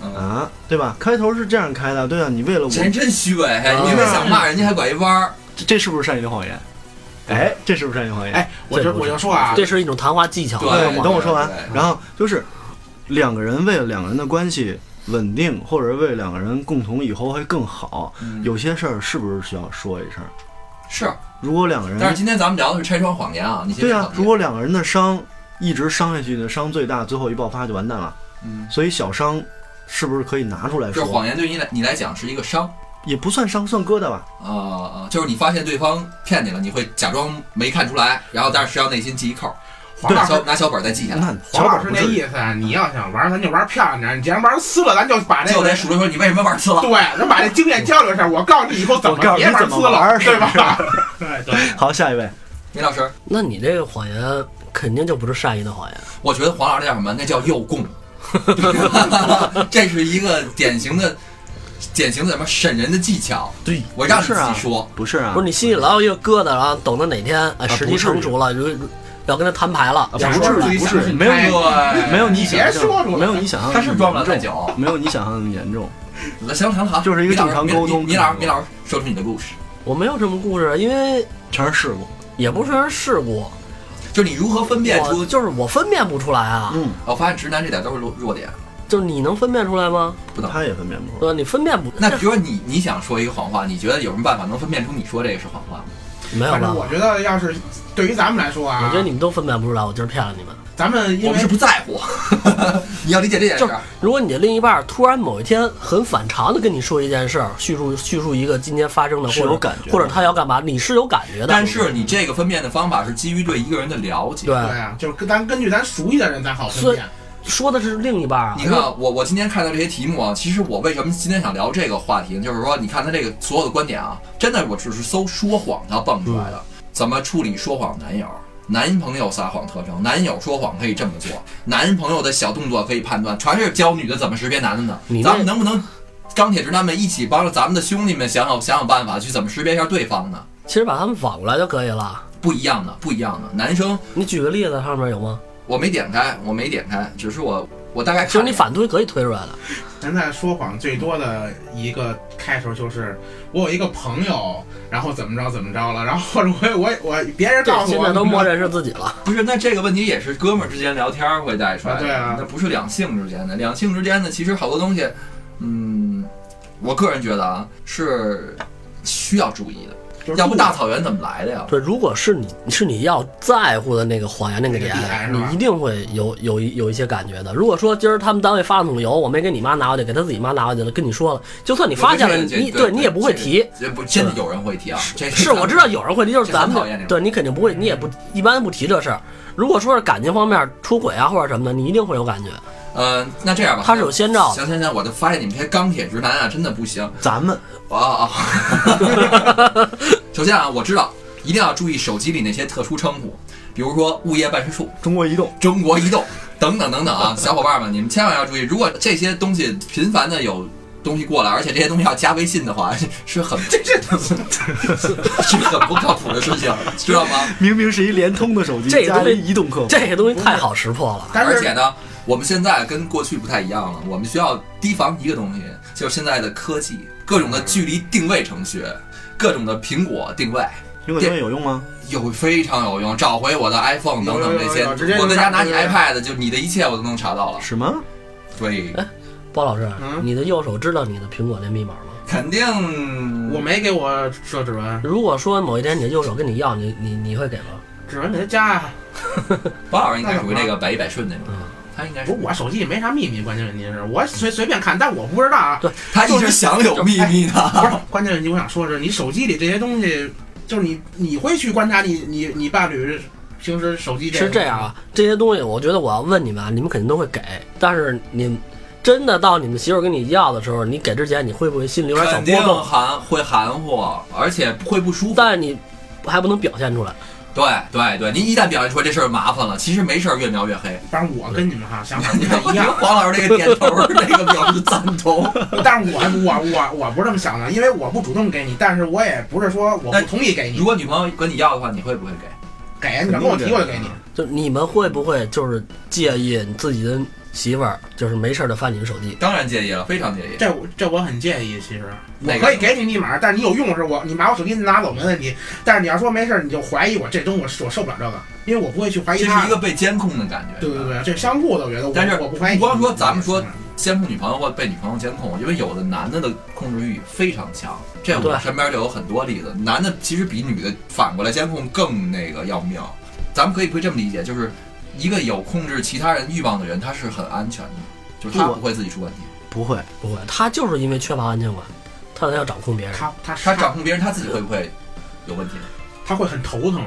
Speaker 1: 嗯，
Speaker 4: 啊，对吧？开头是这样开的，对啊，你为了我，
Speaker 1: 这人真虚伪，嘿
Speaker 4: 啊
Speaker 1: 你们想骂人家还拐一弯儿，
Speaker 4: 这这是不是善意的谎言？哎，这是不是善意的谎言？
Speaker 3: 哎，我
Speaker 2: 这
Speaker 3: 就
Speaker 2: 不
Speaker 3: 我
Speaker 2: 是
Speaker 3: 就说啊，
Speaker 2: 这是一种谈话技巧。
Speaker 1: 对
Speaker 4: 你等我说完
Speaker 1: 对对。
Speaker 4: 然后就是两个人为了两个人的关系稳定，或者为两个人共同以后会更好，
Speaker 1: 嗯
Speaker 4: 有些事儿是不是需要说一声？
Speaker 1: 是，
Speaker 4: 如果两个
Speaker 1: 但是
Speaker 4: 人
Speaker 1: 今天咱们聊的是拆穿谎言啊，你先
Speaker 4: 对
Speaker 1: 考
Speaker 4: 啊，
Speaker 1: 虑
Speaker 4: 如果两个人的伤一直伤下去的伤最大，最后一爆发就完蛋了。
Speaker 1: 嗯，
Speaker 4: 所以小伤是不是可以拿出来
Speaker 1: 就是
Speaker 4: 说
Speaker 1: 谎？言对于你来你来讲是一个伤
Speaker 4: 也不算伤，算疙瘩吧。
Speaker 1: 啊啊，就是你发现对方骗你了，你会假装没看出来，然后但是实际上内心记一扣，
Speaker 3: 黄老
Speaker 1: 拿小
Speaker 3: 师，
Speaker 1: 拿小本儿再记下来，
Speaker 4: 那
Speaker 3: 黄
Speaker 4: 小
Speaker 3: 老
Speaker 4: 宝
Speaker 3: 师
Speaker 4: 不
Speaker 3: 那
Speaker 4: 至于
Speaker 3: 意思啊，你要想玩，咱就玩漂亮点儿。你既然玩撕了，咱就把这
Speaker 1: 就
Speaker 3: 个
Speaker 1: 得数落说你为什么玩次了。
Speaker 3: 对，咱把这经验交流一下。我告诉你以后怎
Speaker 4: 我告
Speaker 3: 么
Speaker 4: 诉你
Speaker 3: 别玩
Speaker 4: 怎么
Speaker 3: 撕
Speaker 4: 玩
Speaker 3: 了，
Speaker 4: 儿
Speaker 3: 对吧？对对，
Speaker 4: 好，下一位，
Speaker 1: 米老师，
Speaker 2: 那你这个谎言肯定就不是善意的谎言。
Speaker 1: 我觉得黄老师那叫什么？那叫诱 供，这是一个典型的。典型的什么审人的技巧，
Speaker 4: 对，
Speaker 1: 我让你自
Speaker 4: 不是
Speaker 1: 己
Speaker 4: 啊，
Speaker 1: 说，
Speaker 4: 不是啊，
Speaker 2: 不是你心里老有一个疙瘩，然后等到哪天哎
Speaker 4: 啊
Speaker 2: 时机
Speaker 4: 不是
Speaker 2: 成熟了，如要跟他摊牌了，
Speaker 4: 不
Speaker 2: 要
Speaker 4: 是
Speaker 2: 说
Speaker 3: 自
Speaker 2: 了
Speaker 3: 己
Speaker 4: 不
Speaker 3: 想
Speaker 4: 是
Speaker 3: 不
Speaker 4: 没有
Speaker 3: 开
Speaker 4: 你没有你
Speaker 3: 你
Speaker 4: 想
Speaker 3: 别
Speaker 4: 象
Speaker 3: 说出来
Speaker 4: 没有你想象，
Speaker 1: 他是装不了太，久。
Speaker 4: 没有你想象那么严重。
Speaker 1: 行行行，
Speaker 4: 就是一个
Speaker 1: 米老师
Speaker 4: 正常沟通
Speaker 1: 米米老师，米老师，说出你的故事，
Speaker 2: 我没有这么故事，因为
Speaker 4: 全是事故。
Speaker 2: 也不是事故，
Speaker 1: 就是你如何分辨
Speaker 2: 我
Speaker 1: 出？
Speaker 2: 就是我分辨不出来啊，
Speaker 4: 嗯，
Speaker 1: 我哦发现直男这点都是弱弱点。
Speaker 2: 就是你能分辨出来吗？
Speaker 1: 不能
Speaker 4: 他也分辨不出
Speaker 2: 对吧？你分辨不
Speaker 1: 那比如说你你想说一个谎话，你觉得有什么办法能分辨出你说这个是谎话？
Speaker 2: 没有
Speaker 3: 反
Speaker 2: 吧？
Speaker 3: 正我觉得要是对于咱们来说
Speaker 2: 我
Speaker 3: 啊，
Speaker 2: 觉得你们都分辨不出来，我今儿骗了你们。
Speaker 3: 咱们因
Speaker 1: 我
Speaker 3: 为
Speaker 1: 们是不在乎， 你要理解这件事
Speaker 2: 就是
Speaker 1: 儿。
Speaker 2: 如果你的另一半突然某一天很反常的跟你说一件事儿，叙述叙述一个今天发生的，
Speaker 4: 是
Speaker 2: 或者
Speaker 4: 有感觉的
Speaker 2: 或者他要干嘛，你是有感觉的。
Speaker 1: 但是你这个分辨的方法是基于对一个人的了解。
Speaker 2: 对
Speaker 3: 对啊，就是跟咱根据咱熟悉的人，咱好分
Speaker 2: 所以
Speaker 3: 辨。
Speaker 2: 说的是另一半啊，
Speaker 1: 你看啊，我我今天看到这些题目啊，其实我为什么今天想聊这个话题呢？就是说，你看他这个所有的观点啊，真的我只是搜说谎，它蹦出来的。
Speaker 2: 嗯
Speaker 1: 怎么处理说谎男友？男朋友撒谎特征，男友说谎可以这么做，男朋友的小动作可以判断，全是教女的怎么识别男的呢
Speaker 2: 你？那
Speaker 1: 咱们能不能钢铁直男们一起帮着咱们的兄弟们想想想想办法，去怎么识别一下对方呢？
Speaker 2: 其实把他们反过来就可以了。
Speaker 1: 不一样的，不一样的。男生
Speaker 2: 你举个例子，上面有吗？
Speaker 1: 我没点开，我没点开，只是我我大概
Speaker 2: 其实
Speaker 1: 看
Speaker 2: 你
Speaker 1: 了一眼
Speaker 2: 反推可以推出来的，
Speaker 3: 现在说谎最多的一个开头就是我有一个朋友，然后怎么着怎么着了，然后或者我我我别人告
Speaker 2: 对，
Speaker 3: 诉
Speaker 2: 现
Speaker 3: 我，
Speaker 2: 在都默认是自己了。
Speaker 1: 不是，那这个问题也是哥们儿之间聊天儿会带出来的，
Speaker 3: 啊对啊
Speaker 1: 那不是两性之间的。两性之间呢，其实好多东西，嗯，我个人觉得啊，是需要注意的，
Speaker 3: 就是
Speaker 1: 要不大草原怎么来的呀？
Speaker 2: 对，如果是你是你要在乎的那个谎言那个点
Speaker 3: 那个点，是吧
Speaker 2: 你一定会有有一有一些感觉的。如果说今儿他们单位发了桶油，我没给你妈拿回去，给他自己妈拿回去了，跟你说了，就算你发现了，
Speaker 1: 我觉得这
Speaker 2: 你
Speaker 1: 这对
Speaker 2: 对你也不会提。
Speaker 1: 这不真的有人会提啊？这
Speaker 2: 是我知道有人会提，就是
Speaker 1: 这很
Speaker 2: 咱
Speaker 1: 讨厌这种
Speaker 2: 们对你肯定不会，你也不一般不提这事儿。如果说是感情方面出轨啊或者什么的，你一定会有感觉。
Speaker 1: 呃，那这样吧，
Speaker 2: 他是有先兆的。
Speaker 1: 行行行，我就发现你们这些钢铁直男啊，真的不行。
Speaker 4: 咱们
Speaker 1: 啊啊！ 首先啊，我知道一定要注意手机里那些特殊称呼，比如说物业办事处、
Speaker 4: 中国移动
Speaker 1: 中国移动等等等等啊，小伙伴们，你们千万要注意，如果这些东西频繁的有。东西过来，而且这些东西要加微信的话， 是是很这这是很不靠谱的事情，知道吗？
Speaker 4: 明明是一联通的手机，
Speaker 2: 这个
Speaker 4: 加
Speaker 2: 东西
Speaker 4: 一移动客服，
Speaker 2: 这个东西太好识破了，
Speaker 3: 但
Speaker 1: 而
Speaker 3: 是
Speaker 1: 且呢，我们现在跟过去不太一样了，我们需要提防一个东西，就是现在的科技，各种的距离定位程序，各种的苹果定位。
Speaker 4: 苹果定位有用吗？
Speaker 1: 有非常有用，找回我的 iPhone 等等这些
Speaker 3: 有有有有直接，就
Speaker 1: 我在家拿你
Speaker 3: 查出来
Speaker 1: iPad，就你的一切我都能查到了。
Speaker 4: 什么？
Speaker 1: 对，
Speaker 2: 包老师，
Speaker 3: 嗯
Speaker 2: 你的右手知道你的苹果那密码吗？
Speaker 1: 肯 定
Speaker 3: 我没给我设指纹，
Speaker 2: 如果说某一天你的右手跟你要，你你你会给吗？
Speaker 3: 指纹给他加啊。
Speaker 1: 包老师应该属于那个百依百顺那种，他应该
Speaker 3: 不
Speaker 1: 是
Speaker 3: 是我手机也没啥秘密，关键问题是我随随便看，但我不知道啊。
Speaker 1: 他一直想有秘密
Speaker 3: 不是
Speaker 1: 的。，
Speaker 3: 关键问题我想说的是，你手机里这些东西，就是你你会去观察你你你伴侣平时手机
Speaker 2: 是这样，啊，这些东西我觉得我要问你们啊，你们肯定都会给，但是你们真的到你们媳妇儿跟你要的时候，你给之前你会不会心里有 点小
Speaker 1: 肯定
Speaker 2: 波动？
Speaker 1: 含会含糊，而且会不舒服。
Speaker 2: 但是你还不能表现出来。
Speaker 1: 对对对，您一旦表现出这事儿麻烦了，其实没事儿越描越黑。
Speaker 3: 反正我跟你们哈想法不
Speaker 1: 你
Speaker 3: 太一
Speaker 1: 看
Speaker 3: 样，嗯
Speaker 1: 黄老师这个点头， 这个表示赞同。
Speaker 3: 但是我我我我不是这么想的，因为我不主动给你，但是我也不是说我不同意给
Speaker 1: 如
Speaker 3: 你，
Speaker 1: 果女朋友管你要的话，你会不会给？
Speaker 3: 给你们跟我提我就给你。
Speaker 1: 嗯
Speaker 2: 就你们会不会就是介意你自己的媳妇儿，就是没事儿的翻你的手机？
Speaker 1: 当然介意了，非常介意。
Speaker 3: 这我这我很介意，其实
Speaker 1: 哪
Speaker 3: 我
Speaker 1: 个
Speaker 3: 可以给你密码，但是你有用的时候我你把我手机拿走没问题，但是你要说没事儿你就怀疑我，这东西我是我受不了这个，因为我不会去怀疑
Speaker 1: 这
Speaker 3: 他
Speaker 1: 是一。个被监控的感觉。
Speaker 3: 对对对，这相互的，我觉得我
Speaker 1: 但是
Speaker 3: 我不怀疑。
Speaker 1: 不光说咱们说监控女朋友或被女朋友监控，因为有的男的的控制欲非常强，这我
Speaker 2: 对
Speaker 1: 身边就有很多例子。男的其实比女的反过来监控更那个要命。咱们可以可以这么理解，就是一个有控制其他人欲望的人，他是很安全的，就是他
Speaker 4: 我
Speaker 1: 不会自己出问题，
Speaker 4: 不会，
Speaker 2: 不会，他就是因为缺乏安全感，他才要掌控别人。
Speaker 3: 他他
Speaker 1: 他掌控别人，他自己会不会有问题？
Speaker 3: 他会很头疼。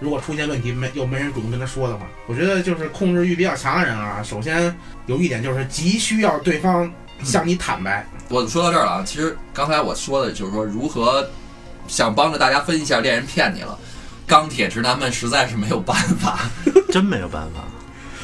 Speaker 3: 如果出现问题没又没人主动跟他说的话，我觉得就是控制欲比较强的人啊，首先有一点就是急需要对方向你坦 白，
Speaker 1: 我说到这儿了啊，其实刚才我说的就是说如何想帮着大家分析一下恋人骗你了，钢铁直男们实在是没有办法。
Speaker 4: 真没有办法。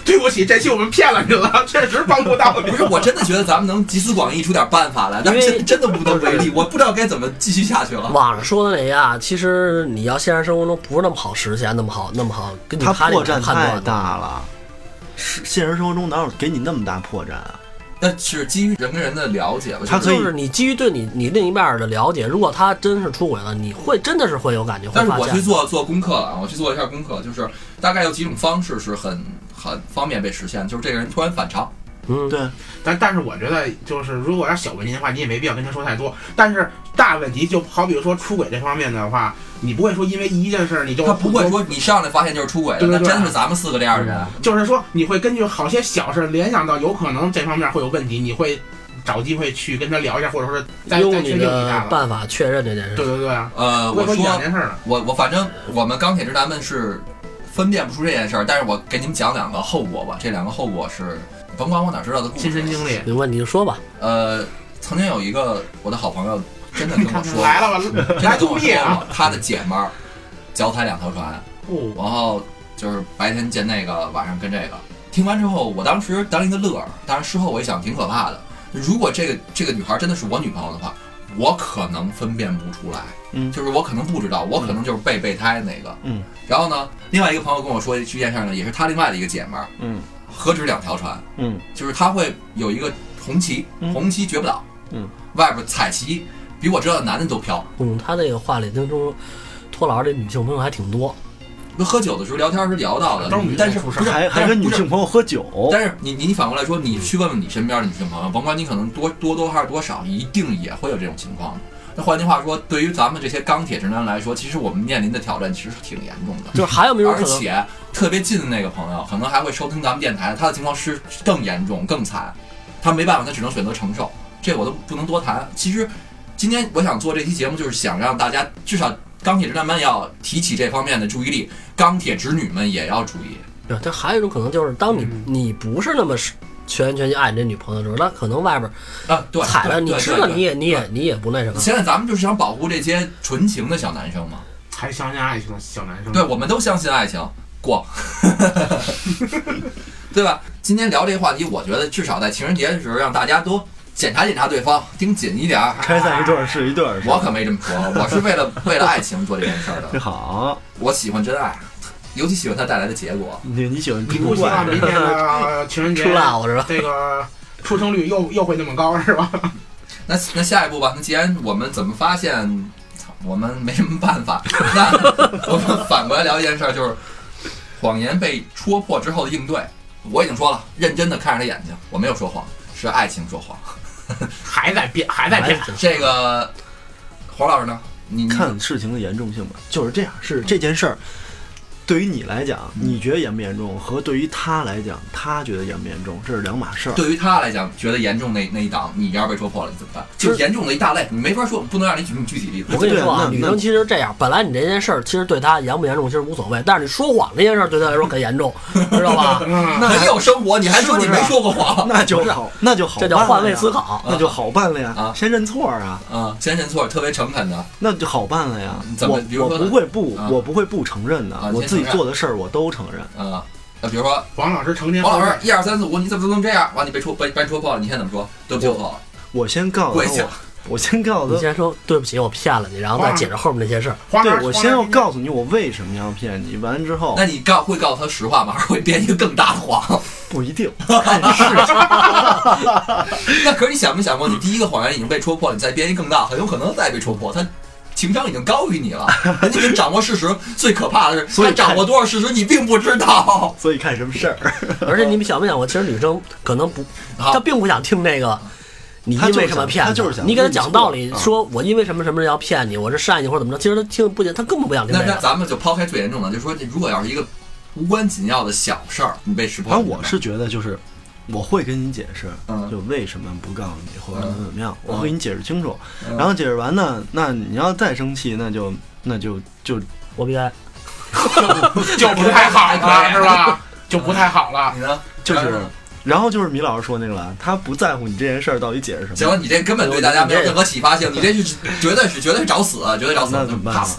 Speaker 3: 对不起，这期我们骗了你了，确实帮不到你
Speaker 1: 不。是，我真的觉得咱们能集思广益出点办法来，但是
Speaker 2: 因为
Speaker 1: 真真的无能为力，我不知道该怎么继续下去了。
Speaker 2: 网上说的那样，其实你要现实生活中不是那么好实现，那么好那么好跟你
Speaker 4: 他
Speaker 2: 他那
Speaker 4: 破
Speaker 2: 种
Speaker 4: 绽
Speaker 2: 判
Speaker 4: 太
Speaker 2: 断的。
Speaker 4: 大了，是现实生活中哪有给你那么大破绽啊？
Speaker 1: 那是基于人跟人的了解吧，
Speaker 4: 他
Speaker 1: 就是
Speaker 4: 可以
Speaker 2: 就是你基于对你你另一半的了解，如果他真是出轨了，你会真的是会有感觉，会
Speaker 1: 但是
Speaker 2: 发
Speaker 1: 我去
Speaker 2: 现。
Speaker 1: 做做功课了啊，我去做一下功课，就是大概有几种方式是很很方便被实现，就是这个人突然反常，
Speaker 2: 嗯，
Speaker 4: 对，
Speaker 3: 但但是我觉得就是如果要小问题的话，你也没必要跟他说太多。但是大问题就好比说出轨这方面的话，你不会说因为一件事儿你就
Speaker 1: 他不会说你上来发现就是出轨了，
Speaker 3: 对
Speaker 1: 那
Speaker 3: 对对
Speaker 1: 真是咱们四个这样的人。
Speaker 3: 就是说你会根据好些小事联想到有可能这方面会有问题，你会找机会去跟他聊一下，或者说再再
Speaker 2: 用
Speaker 3: 确
Speaker 2: 你
Speaker 3: 定一
Speaker 2: 的
Speaker 3: 下了。
Speaker 2: 办法确认这件
Speaker 3: 对
Speaker 2: 事。
Speaker 3: 对对啊，
Speaker 1: 呃，
Speaker 3: 不会
Speaker 1: 我
Speaker 3: 说一两
Speaker 1: 说
Speaker 3: 件事儿了。
Speaker 1: 我我反正我们钢铁直男们是分辨不出这件事儿，但是我给你们讲两个后果吧，这两个后果是甭管我哪知道的故事，
Speaker 3: 亲身经历，
Speaker 2: 没问题，就说吧。
Speaker 1: 呃，曾经有一个我的好朋友，真的跟
Speaker 3: 你
Speaker 1: 我
Speaker 3: 看
Speaker 1: 说，
Speaker 3: 来了吧，
Speaker 1: 真
Speaker 3: 来
Speaker 1: 的跟
Speaker 3: 助
Speaker 1: 我
Speaker 3: 力
Speaker 1: 说
Speaker 3: 啊！
Speaker 1: 过，他的姐们儿脚踩两条船，
Speaker 3: 哦，
Speaker 1: 然后就是白天见那个，晚上跟这个。听完之后，我当时当时一个乐儿，但是事后我一想，挺可怕的。如果这个这个女孩真的是我女朋友的话，我可能分辨不出来，
Speaker 4: 嗯
Speaker 1: 就是我可能不知道，我可能就是备备胎那个，
Speaker 4: 嗯。
Speaker 1: 然后呢，另外一个朋友跟我说一件事儿呢，也是他另外的一个姐们儿，
Speaker 4: 嗯
Speaker 1: 何止两条船，
Speaker 4: 嗯，
Speaker 1: 就是他会有一个红旗，
Speaker 4: 嗯
Speaker 1: 红旗绝不倒，
Speaker 4: 嗯，
Speaker 1: 外边彩旗比我知道的男的都飘。
Speaker 2: 嗯，他这个话里听说，托老师这女性朋友还挺多。
Speaker 1: 那喝酒的时候聊天时聊到的
Speaker 3: 都是女，的
Speaker 1: 但是
Speaker 3: 出
Speaker 1: 不
Speaker 3: 事
Speaker 1: 是但
Speaker 4: 还
Speaker 1: 是
Speaker 4: 还跟女
Speaker 1: 不是
Speaker 4: 性朋友喝酒，
Speaker 1: 但是你你你反过来说，你去问问你身边的女性朋友，甭管你可能多多多还是多少，一定也会有这种情况的。那换句话说，对于咱们这些钢铁直男来说，其实我们面临的挑战其实挺严重的。
Speaker 2: 就是 还有没有可
Speaker 1: 而
Speaker 2: 能？
Speaker 1: 且特别近的那个朋友，可能还会收听咱们电台，他的情况是更严重、更惨，他没办法，他只能选择承受。这我都不能多谈。其实，今天我想做这期节目，就是想让大家至少钢铁直男们要提起这方面的注意力，钢铁直女们也要注意。
Speaker 2: 对，但还有一种可能就是，当你
Speaker 3: 嗯
Speaker 2: 你不是那么是全心全意爱你这女朋友的时候，那可能外边
Speaker 1: 啊，对，
Speaker 2: 踩了，
Speaker 1: 对
Speaker 2: 你
Speaker 1: 对
Speaker 2: 知
Speaker 1: 对
Speaker 2: 道
Speaker 1: 对
Speaker 2: 你也你也你也不那什么。
Speaker 1: 现在咱们就是想保护这些纯情的小男生嘛。
Speaker 3: 还相信爱情的小男生。
Speaker 1: 对，我们都相信爱情，逛， 对吧？今天聊这个话题，我觉得至少在情人节的时候，让大家多检查检查对方，盯紧一点儿。
Speaker 4: 拆散一对儿是一对儿，是吧
Speaker 1: 我可没这么说，我是为了为了爱情做这件事儿的
Speaker 4: 你。好，
Speaker 1: 我喜欢真爱，尤其喜欢它带来的结果。
Speaker 4: 你你喜欢
Speaker 3: 你
Speaker 4: 猪
Speaker 3: 不希望
Speaker 4: 怪
Speaker 3: 明 天的情人节
Speaker 2: 出 love 是吧？
Speaker 3: 这个出生率又又会那么高是吧？
Speaker 1: 那那下一步吧，那既然我们怎么发现，操我们没什么办法， 那我们反过来聊一件事儿，就是谎言被戳破之后的应对。我已经说了，认真的看着他眼睛，我没有说谎，是爱情说谎。
Speaker 3: 还在变，还在变。
Speaker 1: 这个黄老师呢？你你
Speaker 4: 看事情的严重性吧，就是这样，是这件事儿。对于你来讲，你觉得严不严重，和对于他来讲，他觉得严不严重，这是两码事儿。
Speaker 1: 对于他来讲，觉得严重那那一档，你要是被戳破了，你怎么办？就是严重的一大类，你没法说，不能让你举你具体例子。
Speaker 2: 我跟你说
Speaker 4: 对
Speaker 2: 啊
Speaker 4: 那，
Speaker 2: 女生其实这样，本来你这件事儿其实对她严不严重其实无所谓，但是你说谎这件事儿对她来说很严 重，知道
Speaker 1: 啊
Speaker 2: 吧？
Speaker 3: 嗯，
Speaker 1: 没有生活，你还说你没说过谎？
Speaker 4: 那就好，那就好
Speaker 2: 这
Speaker 4: 办了呀，
Speaker 2: 叫换位思考
Speaker 4: 那就好办了呀，
Speaker 1: 啊
Speaker 4: 先认错啊，
Speaker 1: 啊，先认错，特别诚恳的，
Speaker 4: 那就好办了呀
Speaker 1: 嗯。怎么
Speaker 4: 我
Speaker 1: 比如
Speaker 4: 我
Speaker 1: 说呢
Speaker 4: 不会不
Speaker 1: 啊，
Speaker 4: 我不会不承认的
Speaker 1: 啊，
Speaker 4: 我
Speaker 1: 先承认
Speaker 4: 自己做的事儿我都承认。
Speaker 1: 啊，那比如说
Speaker 3: 王老师成天
Speaker 1: 黄老师一二三四五，你怎么能这样？完你被戳被被戳破了，你现在怎么说？对不起，我哦错了，
Speaker 4: 我先告诉
Speaker 1: 跪
Speaker 4: 他
Speaker 1: 下
Speaker 4: 我，我先告
Speaker 2: 你
Speaker 4: 诉他，
Speaker 2: 先说对不起，我骗了你，然后再解释后面那些事儿。
Speaker 3: 黄老
Speaker 4: 对
Speaker 3: 师，
Speaker 4: 我先要告诉你我为什么要骗你。完之后
Speaker 1: 那你告会告诉他实话吗？还是 会编一个更大的谎？
Speaker 4: 不一定，
Speaker 1: 那可是你想没想过，你第一个谎言已经被戳破了，你再编一更大，很有可能再被戳破。他情商已经高于你了，人家已经掌握事实。最可怕的是，
Speaker 4: 所以
Speaker 1: 他掌握多少事实你并不知 道。
Speaker 4: 所以看什么事儿，
Speaker 2: 而且你们想没想过，其实女生可能 不，
Speaker 1: 好
Speaker 2: 她并不想听这个。你因为什么骗
Speaker 4: 她就是想
Speaker 2: 你给她讲道
Speaker 4: 她
Speaker 2: 理，
Speaker 4: 就是想
Speaker 2: 说我因为什么什么要骗你，我是善意或者怎么着，其实她听不见，她根本不想听
Speaker 1: 那
Speaker 2: 这
Speaker 1: 那
Speaker 2: 个。
Speaker 1: 咱们就抛开最严重的，就说你如果要是一个无关紧要的小事儿，你被识破
Speaker 4: 反
Speaker 1: 了，
Speaker 4: 正我是觉得就是。我会跟你解释
Speaker 1: 嗯，
Speaker 4: 就为什么不告诉你或者
Speaker 1: 嗯
Speaker 4: 怎么怎么样，
Speaker 1: 嗯
Speaker 4: 我会给你解释清楚。
Speaker 1: 嗯
Speaker 4: 然后解释完呢，那你要再生气，那就那就就
Speaker 2: 我不该，
Speaker 3: 就不太好了是吧？就不太好
Speaker 2: 嗯
Speaker 3: 了。
Speaker 1: 你呢？呃
Speaker 4: 就是，然后就是米老师说那个了，他不在乎你这件事儿到底解释什么。
Speaker 1: 行了，你这根本对大家没有任何启发性，你这是绝对是绝对是找死，绝对找死，
Speaker 4: 那怎么办
Speaker 1: 怕
Speaker 4: 啊
Speaker 1: 死。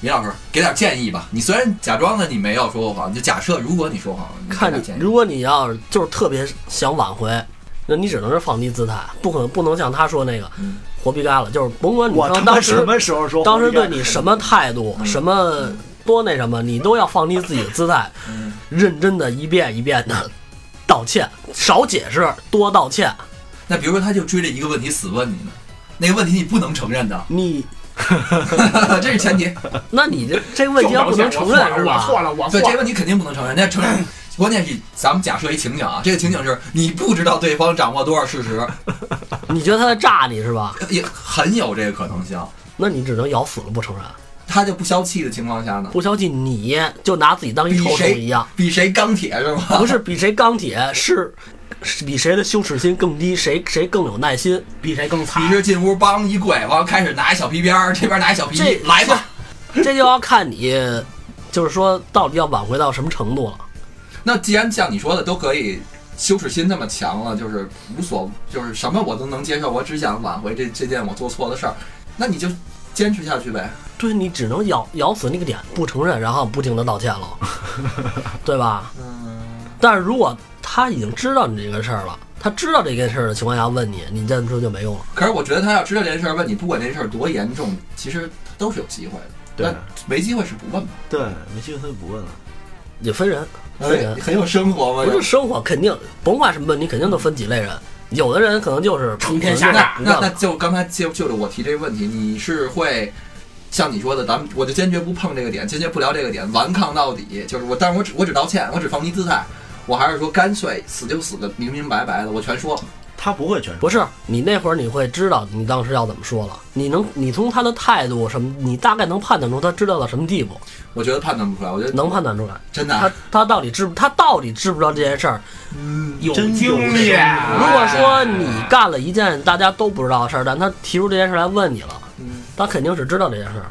Speaker 1: 米老师，给点建议吧。你虽然假装的你没有说过谎，你就假设如果你说谎，你给
Speaker 2: 看
Speaker 1: 点
Speaker 2: 你
Speaker 1: 建，议。
Speaker 2: 如果你要是就是特别想挽回，那你只能是放低姿态，不可能不能像她说那个
Speaker 1: 嗯
Speaker 2: 活逼该了，就是甭管你
Speaker 4: 我
Speaker 2: 说
Speaker 4: 他妈
Speaker 2: 当时
Speaker 4: 什么时候说
Speaker 2: 当时
Speaker 4: 活
Speaker 2: 对
Speaker 4: 该
Speaker 2: 你什么态度，什么多那什么，你都要放低自己的姿态，
Speaker 1: 嗯
Speaker 2: 认真的一遍一遍的道歉，少解释，多道歉。
Speaker 1: 那比如说，他就追着一个问题死问你呢，那个问题你不能承认的，
Speaker 2: 你，
Speaker 1: 这是前提。
Speaker 2: 那你这这个问题要不能承认是
Speaker 3: 我错
Speaker 2: 吧？
Speaker 3: 了，我错
Speaker 1: 对，这
Speaker 3: 了
Speaker 1: 个。问题肯定不能承认。那承认，关键是咱们假设一情景啊，这个情景是你不知道对方掌握多少事实，
Speaker 2: 你觉得他在诈你是吧？
Speaker 1: 也很有这个可能性。
Speaker 2: 那你只能咬死了不承认，
Speaker 1: 他就不消气的情况下呢，
Speaker 2: 不消气，你就拿自己当一
Speaker 1: 比
Speaker 2: 臭虫
Speaker 1: 谁
Speaker 2: 一样，
Speaker 1: 比谁钢铁是吗？
Speaker 2: 不是比谁钢铁，是是比谁的羞耻心更低，谁谁更有耐心。
Speaker 3: 比谁更惨
Speaker 1: 你。是进屋梆一跪，完了开始拿一小皮鞭儿，这边拿一小皮
Speaker 2: 这
Speaker 1: 来吧。
Speaker 2: 这就要看你，就是说到底要挽回到什么程度了。
Speaker 1: 那既然像你说的都可以，羞耻心那么强了，就是无所，就是什么我都能接受，我只想挽回这这件我做错的事儿，那你就坚持下去呗。
Speaker 2: 对你只能咬咬死那个点，不承认，然后不停的道歉了，对吧？
Speaker 1: 嗯，
Speaker 2: 但是如果他已经知道你这个事儿了，他知道这件事儿的情况下问你，你再这么说就没用了。
Speaker 1: 可是我觉得他要知道这件事儿，问你不管这事儿多严重，其实都是有机会的。
Speaker 4: 对
Speaker 1: 没机会是不问吧？
Speaker 4: 对，没机会他就不问了。
Speaker 2: 也分人，分人，
Speaker 1: 很有生活嘛
Speaker 2: 不是生活肯定，甭管什么问题，肯定都分几类人。有的人可能就是
Speaker 3: 成天下蛋
Speaker 2: 不
Speaker 1: 那
Speaker 2: 干
Speaker 1: 那
Speaker 2: 了，
Speaker 1: 就刚才就就着我提这个问题，你是会像你说的，咱们我就坚决不碰这个点，坚决不聊这个点，顽抗到底。就是我，但是我只我只道歉，我只放低姿态，我还是说干脆死就死的明明白白的，我全说了。
Speaker 4: 他不会全说
Speaker 2: 不是你那会儿你会知道你当时要怎么说了，你能你从他的态度什么，你大概能判断出他知道到什么地步，
Speaker 1: 我觉得判断不出来，我觉得
Speaker 2: 能判断出来。
Speaker 1: 真的啊
Speaker 2: 他他到底知他到底知不知道这件事儿？
Speaker 3: 有
Speaker 4: 真有
Speaker 3: 经历啊。
Speaker 2: 如果说你干了一件大家都不知道的事儿，但他提出这件事来问你了，
Speaker 1: 嗯
Speaker 2: 他肯定是知道这件事儿。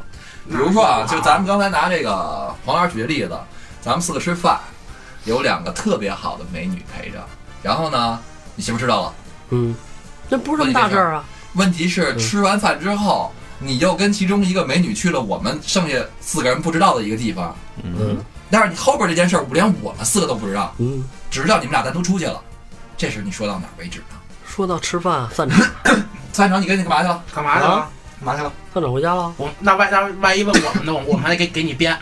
Speaker 1: 比如说啊，就咱们刚才拿这个黄老师举的例子，咱们四个吃饭，有两个特别好的美女陪着，然后呢，你媳妇知道了，
Speaker 2: 嗯，那不是什么大事儿啊。
Speaker 1: 问题是
Speaker 2: 嗯
Speaker 1: 吃完饭之后，你又跟其中一个美女去了我们剩下四个人不知道的一个地方，
Speaker 2: 嗯
Speaker 1: 但是你后边这件事儿，我连我们四个都不知道，
Speaker 2: 嗯，
Speaker 1: 只知道你们俩单独出去了。这事儿你说到哪儿为止呢？
Speaker 2: 说到吃饭，散场，
Speaker 1: 三成，你跟你干嘛去了？
Speaker 3: 干嘛去了
Speaker 2: 啊？
Speaker 1: 干嘛去了？
Speaker 2: 散场回家了
Speaker 3: 我那万那万一问我们呢，我我们还得给给你编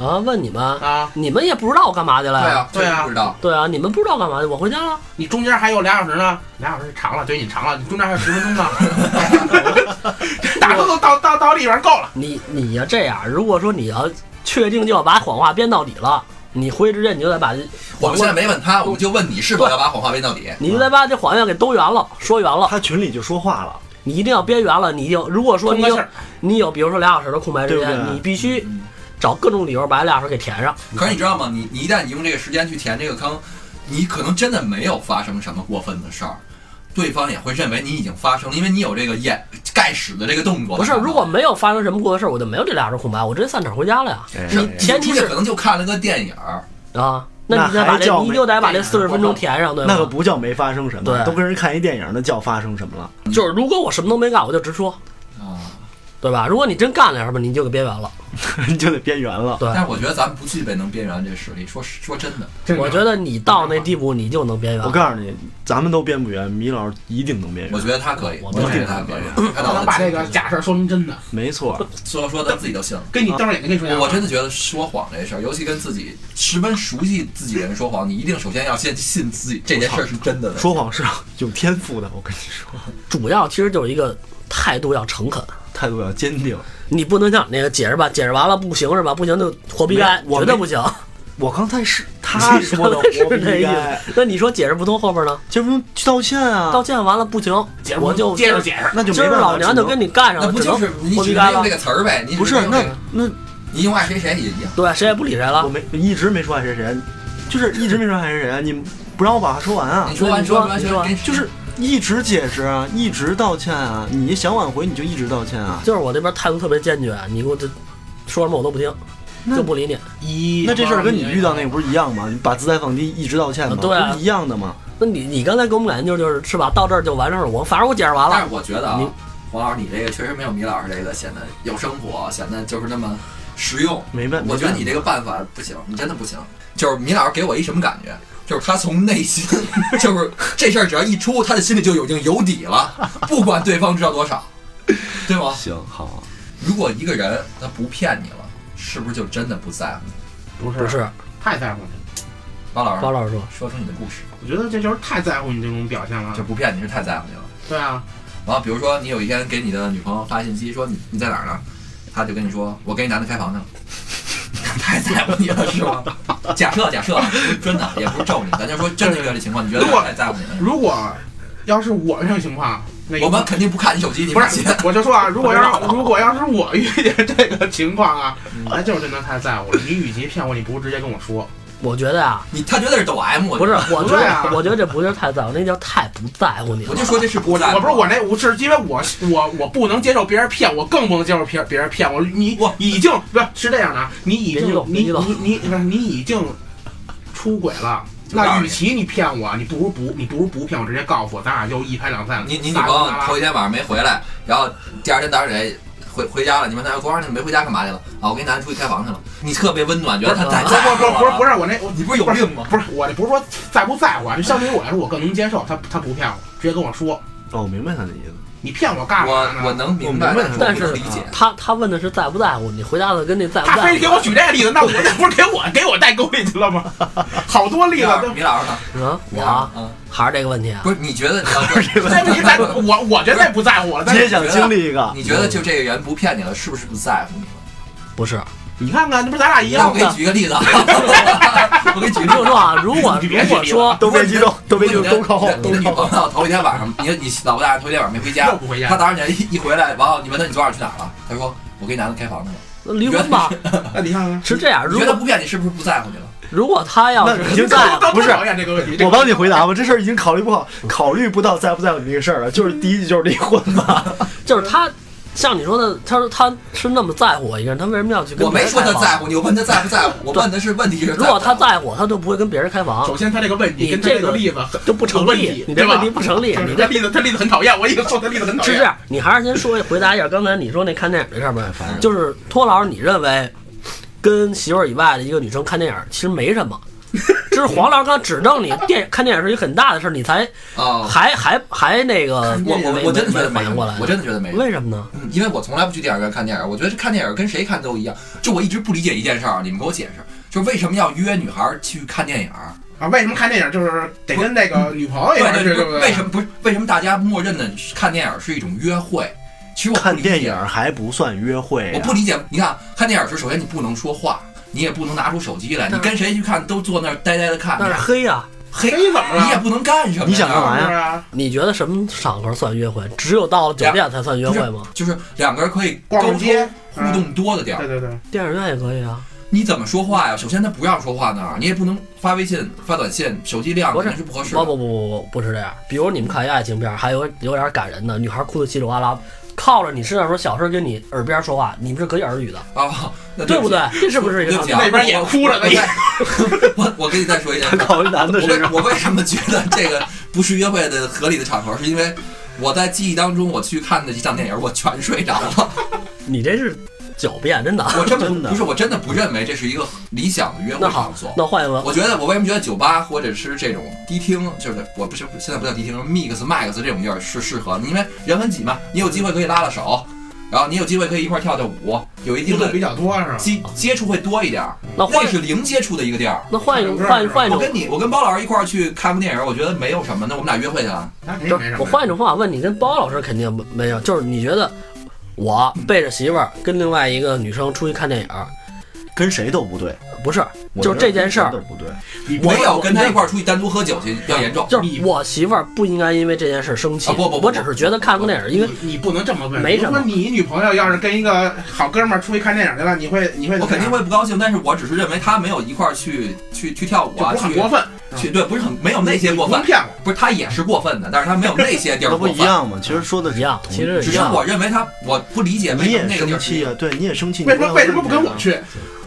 Speaker 2: 啊？问你们，
Speaker 3: 啊！
Speaker 2: 你们也不知道我干嘛去了
Speaker 1: 对
Speaker 2: 呀？
Speaker 1: 啊，
Speaker 3: 对啊
Speaker 1: 这不知道。
Speaker 2: 对啊，你们不知道干嘛去，我回家了。
Speaker 3: 你中间还有俩小时呢，俩小时长了，对你长了，你中间还有十分钟呢， 打都都到到到里边够了。
Speaker 2: 你你呀、这样，如果说你要确定就要把谎话编到底了，你回去之前你就得把
Speaker 1: 我们现在没问他，我们就问你是否要把谎话编到底。
Speaker 2: 你就得把这谎言给兜圆了，说圆了，
Speaker 4: 他群里就说话了，
Speaker 2: 你一定要编圆了。你有如果说
Speaker 4: 哎
Speaker 3: 通
Speaker 2: 你
Speaker 3: 个
Speaker 2: 有
Speaker 3: 气儿，
Speaker 2: 你有，比如说俩小时的空白时
Speaker 4: 对不
Speaker 2: 间，
Speaker 4: 对
Speaker 2: 你必须找各种理由把俩小时给填上。
Speaker 1: 可是你知道吗？你你一旦你用这个时间去填这个坑，你可能真的没有发生什么过分的事儿，对方也会认为你已经发生了，因为你有这个掩盖屎的这个动作。
Speaker 2: 不是，如果没有发生什么过的事儿，我就没有这俩小时空白，我直接散场回家了呀。
Speaker 4: 哎
Speaker 1: 是
Speaker 2: 你前提是
Speaker 1: 出去可能就看了个电影儿，
Speaker 2: 啊，那
Speaker 4: 那
Speaker 2: 你再把
Speaker 4: 还
Speaker 2: 这，
Speaker 4: 叫
Speaker 2: 你
Speaker 4: 没
Speaker 2: 就得把这
Speaker 1: 电影
Speaker 2: 四十分
Speaker 1: 播
Speaker 2: 钟
Speaker 1: 放
Speaker 2: 填上，对
Speaker 4: 那可
Speaker 2: 吗？
Speaker 4: 不叫没发生什
Speaker 2: 对
Speaker 4: 么，都跟人看一电影，那叫发生什么了？
Speaker 2: 就是如果我什么都没干，我就直说，
Speaker 1: 啊。
Speaker 2: 对吧？如果你真干了什么，你就给编圆了。
Speaker 4: 你就得边缘了。
Speaker 2: 对
Speaker 1: 但，是我觉得咱们不具备能边缘这实力。说实说真的，
Speaker 2: 我觉得你到那地步，你就能编圆
Speaker 4: 我
Speaker 2: 了。
Speaker 4: 告诉你，咱们都编不圆，米老师一定能边
Speaker 1: 我
Speaker 4: 缘。
Speaker 1: 觉得他可以，
Speaker 2: 我
Speaker 1: 觉
Speaker 2: 我
Speaker 1: 得他边缘，他
Speaker 3: 我
Speaker 1: 脑
Speaker 3: 能
Speaker 1: 子
Speaker 3: 把这
Speaker 1: 清
Speaker 3: 个
Speaker 1: 楚
Speaker 3: 假事儿说成真的，
Speaker 4: 没 错，
Speaker 1: 说说他自己就信了。
Speaker 3: 跟你瞪着眼睛跟你说一样。
Speaker 1: 我真的觉得说谎这事儿，尤其跟自己十分熟悉自己的人说谎，你一定首先要先信自己这件事儿是真的的。
Speaker 4: 说谎是有天赋的，我跟你说，
Speaker 2: 主要其实就是一个态度要诚恳，
Speaker 4: 态度要坚定。
Speaker 2: 你不能像你那个解释吧，解释完了不行是吧？不行就活逼该，
Speaker 4: 没有我
Speaker 2: 绝对
Speaker 4: 没
Speaker 2: 不行。
Speaker 4: 我刚才是他说的，
Speaker 2: 是
Speaker 4: 我不
Speaker 2: 这
Speaker 4: 应
Speaker 2: 意
Speaker 4: 该，
Speaker 2: 思。那你说解释不通后边呢？
Speaker 4: 这不用去道歉啊？
Speaker 2: 道歉完了不行，我就
Speaker 3: 接着解释，
Speaker 4: 那就
Speaker 2: 今
Speaker 4: 没
Speaker 2: 儿
Speaker 4: 办法，
Speaker 2: 老娘就
Speaker 4: 只
Speaker 2: 跟
Speaker 4: 能
Speaker 2: 你干上
Speaker 1: 那
Speaker 2: 了，
Speaker 1: 不
Speaker 2: 只
Speaker 1: 就是
Speaker 2: 能
Speaker 1: 你
Speaker 2: 活
Speaker 1: 只是
Speaker 2: 逼该
Speaker 1: 没
Speaker 2: 了
Speaker 1: 用这。个词儿呗？你
Speaker 4: 不
Speaker 1: 只
Speaker 4: 是
Speaker 1: 用
Speaker 4: 那
Speaker 1: 这个
Speaker 4: 那
Speaker 1: 你用爱谁谁也一样。
Speaker 2: 对，谁也不理谁
Speaker 4: 我
Speaker 2: 了。
Speaker 4: 没一直没说爱谁谁，就是一直没说爱谁啊谁，你不让我把话说完啊
Speaker 1: 你，说完
Speaker 2: 你说
Speaker 1: 完
Speaker 2: 你
Speaker 1: 说
Speaker 2: 说
Speaker 1: 完，
Speaker 4: 就是一直解释啊，一直道歉啊，你想挽回你就一直道歉啊，
Speaker 2: 就是我这边态度特别坚决，你给我这说什么我都不听，
Speaker 4: 那
Speaker 2: 就不理你。
Speaker 3: 一
Speaker 4: 那这事儿跟你遇到那个不是一样吗？你把姿态放低，一直道歉吗？
Speaker 2: 啊对啊
Speaker 4: 不是一样的吗？
Speaker 2: 那你你刚才给我们感觉就是是吧？到这儿就完事儿了。我反正我解释完
Speaker 1: 但
Speaker 2: 了，
Speaker 1: 是我觉得啊
Speaker 2: 你，
Speaker 1: 黄老师你这个确实没有米老师这个显得有生活，显得就是那么实用。
Speaker 4: 没办，
Speaker 1: 我觉得你
Speaker 4: 这
Speaker 1: 这个办法不行，你真的不行。就是米老师给我一什么感觉？就是他从内心， 就是这事儿只要一出，他的心里就已经有底了，不管对方知道多少， 对吗？
Speaker 4: 行好，
Speaker 1: 如果一个人他不骗你了，是不是就真的不在乎你？
Speaker 3: 不是
Speaker 2: 不是
Speaker 3: 太在乎你，
Speaker 1: 包老
Speaker 2: 高
Speaker 1: 师，
Speaker 2: 老师说，
Speaker 1: 说出你的故事，
Speaker 3: 我觉得这就是太在乎你这种表现了
Speaker 1: 就。不骗你是太在乎你了。
Speaker 3: 对啊，
Speaker 1: 然后比如说你有一天给你的女朋友发信息说你你在哪儿呢，她就跟你说我跟一男的开房去了，太在乎你了是吗？假设假设啊，真的也不是咒你，咱就说真的遇到这情况，你觉得
Speaker 3: 如果
Speaker 1: 太在乎你了是吗？
Speaker 3: 如果要是我这种情况，那个
Speaker 1: 我们肯定不看你手机，你
Speaker 3: 不
Speaker 1: 放
Speaker 3: 是
Speaker 1: 心。，
Speaker 3: 我就说啊，如果要是如果要是我遇见这个情况啊，那就是真的太在乎了。你与其骗我，你不如直接跟我说。
Speaker 2: 我觉得呀、
Speaker 1: 你他绝对是抖 M，我
Speaker 2: 不是，我觉
Speaker 3: 对啊
Speaker 2: 得我觉得这不是太在乎，那叫太不在乎你了。
Speaker 1: 我就说这是不
Speaker 3: 我
Speaker 1: 在乎。
Speaker 3: 我不是我那我是因为我我我不能接受别人骗我，更不能接受别人别人骗我。你
Speaker 1: 我
Speaker 3: 已经不是是这样的啊，你已
Speaker 2: 别激
Speaker 3: 经
Speaker 2: 动
Speaker 3: 你
Speaker 2: 别激动
Speaker 3: 你你不是你已经出轨了。
Speaker 1: 我告诉
Speaker 3: 那
Speaker 1: 你
Speaker 3: 与其你骗我，你不如不，你不如不骗我，直接告诉我，咱俩就一拍两散。
Speaker 1: 你你女
Speaker 3: 撒
Speaker 1: 朋
Speaker 3: 个
Speaker 1: 友
Speaker 3: 撒拉
Speaker 1: 头一天晚上没回来，然后第二天早上起来回回家了，你问她昨晚你没回家干嘛去了？啊，我跟男的出去开房去了。你特别温暖，觉得他太
Speaker 3: 不是
Speaker 1: 在乎
Speaker 3: 不是不是不
Speaker 1: 是，
Speaker 3: 是我那我
Speaker 1: 你不是有病吗？
Speaker 3: 不是我这不是说在不在乎啊，就相对于我来说，我更能接受他他不骗我，直接跟我说
Speaker 4: 哦，我明白他的意思，
Speaker 3: 你骗我干嘛呢？
Speaker 1: 我我能明
Speaker 4: 我
Speaker 1: 白，
Speaker 4: 明白
Speaker 1: 但
Speaker 2: 但
Speaker 1: 是我
Speaker 2: 是
Speaker 1: 不能理解。
Speaker 2: 他他问的是在不在乎你，回答的跟那在不
Speaker 3: 他
Speaker 2: 在
Speaker 3: 非
Speaker 2: 乎
Speaker 3: 给我举这个例子，那我这不是给我给我带沟里去了吗？好多例
Speaker 1: 米
Speaker 3: 子
Speaker 1: 老师，
Speaker 3: 都。
Speaker 1: 米老师呢？
Speaker 2: 啊，
Speaker 1: 米
Speaker 2: 我
Speaker 1: 老
Speaker 2: 啊
Speaker 1: 师，嗯，
Speaker 2: 还是这个问题啊。
Speaker 1: 不是，你觉得你要是
Speaker 3: 但是你在我我绝对不在乎了。但
Speaker 4: 你也
Speaker 3: 是
Speaker 4: 想经历一个
Speaker 1: 你觉得就这个人不骗你了，是不是不在乎你了？
Speaker 2: 不是，
Speaker 3: 你看看，那不是咱俩一
Speaker 1: 那我
Speaker 3: 样
Speaker 1: 给
Speaker 3: 吗？
Speaker 1: 你举一个例子啊，我给你举个
Speaker 2: 就
Speaker 1: 例子
Speaker 2: 说。啊，如果
Speaker 3: 你别
Speaker 2: 如果
Speaker 3: 举例了
Speaker 2: 说
Speaker 4: 都别激动，都别激动，都靠后，
Speaker 1: 你
Speaker 4: 都
Speaker 1: 的女
Speaker 4: 靠后
Speaker 1: 朋。友头一天晚上，你你老婆大人头一天晚上没回
Speaker 3: 又
Speaker 1: 家，
Speaker 3: 不回
Speaker 1: 她
Speaker 3: 家，
Speaker 1: 早上起来一一回来，然后你问她你昨晚去哪儿了，她说我跟男的开房去了。
Speaker 2: 离婚吧，
Speaker 3: 那你看看，
Speaker 2: 是这样。
Speaker 1: 你
Speaker 2: 如
Speaker 1: 觉得
Speaker 2: 果
Speaker 1: 不骗你是不是不在乎你了？
Speaker 2: 如果他要
Speaker 4: 那
Speaker 2: 是
Speaker 4: 已经
Speaker 2: 不在乎
Speaker 4: 够，不是
Speaker 3: 讨厌这个问题。这个
Speaker 4: 我帮你回答吧，这事儿已经考虑不好，考虑不到在不在乎你这个事儿了。就是第一句就是离婚吧，
Speaker 2: 就是他像你说的，他说他是那么在乎我一个人，他为什么要去跟
Speaker 1: 我
Speaker 2: 别
Speaker 1: 没
Speaker 2: 人
Speaker 1: 说他
Speaker 2: 开房
Speaker 1: 在乎，你又问他在不在乎，我问的是问题是在不
Speaker 2: 如
Speaker 1: 在乎。
Speaker 2: 果他在乎，他就不会跟别人开房
Speaker 3: 首，先，他这个问题
Speaker 2: 你
Speaker 3: 跟他
Speaker 2: 这
Speaker 3: 这个
Speaker 2: 个
Speaker 3: 例子很
Speaker 2: 就不成
Speaker 3: 有问
Speaker 2: 立
Speaker 3: 题。
Speaker 2: 你
Speaker 3: 对
Speaker 2: 这问
Speaker 3: 吧
Speaker 2: 题不成立，你
Speaker 3: 他
Speaker 2: 这
Speaker 3: 例子他例子很讨厌，我已经说他例子很讨
Speaker 2: 是
Speaker 3: 厌。
Speaker 2: 这样，你还是先说一回答一下刚才你说那看电影的事儿
Speaker 1: 嗯
Speaker 2: 吧。
Speaker 4: 烦人
Speaker 2: 就是托老师，你认为跟媳妇儿以外的一个女生看电影其实没 什么，就是黄老师刚指正你电看电影是一个很大的事儿，你才
Speaker 1: 啊，
Speaker 2: 还还还那个
Speaker 1: 我我
Speaker 2: 没
Speaker 1: 我真的觉得
Speaker 2: 没
Speaker 1: 没
Speaker 2: 反应
Speaker 1: 用
Speaker 2: 过来，
Speaker 1: 我真的觉得没用。
Speaker 2: 为什么呢？
Speaker 1: 嗯因为我从来不去电影院看电影，我觉得这看电影跟谁看都一样。就我一直不理解一件事儿，你们给我解释，就是为什么要约女孩儿去看电影？
Speaker 3: 啊，为什么看电影就是得跟那个女朋友一块
Speaker 1: 对
Speaker 3: 儿
Speaker 1: 对
Speaker 3: 去，嗯对不对？
Speaker 1: 为什么不是？为什么大家默认的看电影是一种约会？其实我不
Speaker 4: 看
Speaker 1: 理解
Speaker 4: 电影还不算约会、啊，
Speaker 1: 我不理解。你看看电影时，首先你不能说话，你也不能拿出手机来，
Speaker 2: 那
Speaker 1: 你跟谁去看都坐那儿呆呆的看，
Speaker 2: 那是黑啊呀、
Speaker 1: 嘿，
Speaker 3: 黑怎么了
Speaker 1: 你也不能干什么呀。
Speaker 4: 你想干嘛
Speaker 3: 是啊，
Speaker 2: 你觉得什么场合算约会？只有到了酒店才算约会吗？
Speaker 1: 就是两个人可以沟
Speaker 3: 逛
Speaker 1: 通
Speaker 3: 逛街
Speaker 1: 互动多的地儿
Speaker 3: 对，对对，
Speaker 2: 电影院也可以啊。
Speaker 1: 你怎么说话呀？首先他不让说话那儿，你也不能发微信、发短信，手机量
Speaker 2: 不
Speaker 1: 肯
Speaker 2: 是
Speaker 1: 定是不合适
Speaker 2: 不
Speaker 1: 的。
Speaker 2: 不不不不不是这样。比如你们看一爱情片，还有有点感人的，女孩哭得稀里哗啦，靠着你身上说小声跟你耳边说话，你们是可以耳语的，
Speaker 1: 啊，那
Speaker 2: 对
Speaker 1: 不
Speaker 2: 不
Speaker 1: 起
Speaker 2: 对？？这 是不是一
Speaker 1: 对
Speaker 2: 个
Speaker 1: 不起
Speaker 2: 场景
Speaker 1: 啊，？
Speaker 3: 那边也哭了
Speaker 1: 我我我我跟你再说一件事儿，
Speaker 4: 搞一男的
Speaker 1: 我
Speaker 4: 身
Speaker 1: 为
Speaker 4: 上，
Speaker 1: 我为什么觉得这个不是约会的合理的场合？是因为我在记忆当中，我去看的几场电影，我全睡着了。
Speaker 2: 你这是狡 辩，真的。
Speaker 1: 我真
Speaker 4: 真
Speaker 1: 不
Speaker 4: 的
Speaker 1: 不是，我真的不认为这是一个理想的约会
Speaker 2: 那好
Speaker 1: 场所，。
Speaker 2: 那换一个，
Speaker 1: 我觉得我为什么觉得酒吧或者是这种迪厅，就是我不是现在不叫迪厅，mix max 这种地儿是适合的，因为人很挤嘛，你有机会可以拉拉手，然后你有机会可以一块儿跳跳舞，有一
Speaker 3: 印
Speaker 1: 定
Speaker 3: 度
Speaker 1: 的
Speaker 3: 比较多是吧？
Speaker 1: 接接触会多一点儿，
Speaker 2: 那
Speaker 1: 那
Speaker 2: 啊换
Speaker 1: 是零接触的一个地儿。
Speaker 2: 那换一
Speaker 3: 我不
Speaker 2: 个
Speaker 3: 知道
Speaker 2: 换一个换一
Speaker 1: 我
Speaker 2: 种，
Speaker 1: 跟你，我跟包老师一块儿去看部电影，我觉得没有什么。那我们俩约会去了，
Speaker 3: 那肯
Speaker 2: 不
Speaker 3: 定没
Speaker 2: 是
Speaker 3: 什么。
Speaker 2: 我换一种方法问你，跟包老师肯定没有，就是你觉得我背着媳妇儿跟另外一个女生出去看电影，
Speaker 4: 跟谁都不对，
Speaker 2: 不是，
Speaker 4: 我
Speaker 2: 就
Speaker 4: 觉得
Speaker 2: 这件事儿
Speaker 4: 跟谁都不对。
Speaker 3: 你
Speaker 1: 没有
Speaker 2: 我
Speaker 1: 跟他一块儿出去单独喝酒去，要严重。
Speaker 2: 就是我媳妇儿不应该因为这件事生气。
Speaker 1: 啊不不不
Speaker 2: 我只是觉得看个电影，因为
Speaker 3: 你你不能这么问。
Speaker 2: 没什么
Speaker 3: 如果你女朋友要是跟一个好哥们儿出去看电影去了，你会你会
Speaker 1: 我
Speaker 3: 怎么
Speaker 1: 肯
Speaker 3: 样
Speaker 1: 定会不高兴，但是我只是认为他没有一块儿去去去跳舞啊，
Speaker 3: 就不很
Speaker 1: 去
Speaker 3: 过分，
Speaker 1: 去对，不是很没
Speaker 3: 哦
Speaker 1: 有那些过分
Speaker 3: 你不，骗我。
Speaker 1: 不是他也是过分的，但是他没有那些地儿过
Speaker 4: 那不
Speaker 1: 分
Speaker 4: 一。样吗？其实说的
Speaker 2: 一样
Speaker 4: 同
Speaker 2: 啊其实
Speaker 1: 只
Speaker 2: 一
Speaker 1: 是
Speaker 2: 样
Speaker 1: 我认为他，我不理解
Speaker 4: 你
Speaker 1: 为什么
Speaker 4: 也
Speaker 1: 那个地
Speaker 4: 生
Speaker 1: 儿
Speaker 4: 气啊，对，你也生气，
Speaker 3: 为什么为什么不跟我
Speaker 4: 去？
Speaker 3: 去？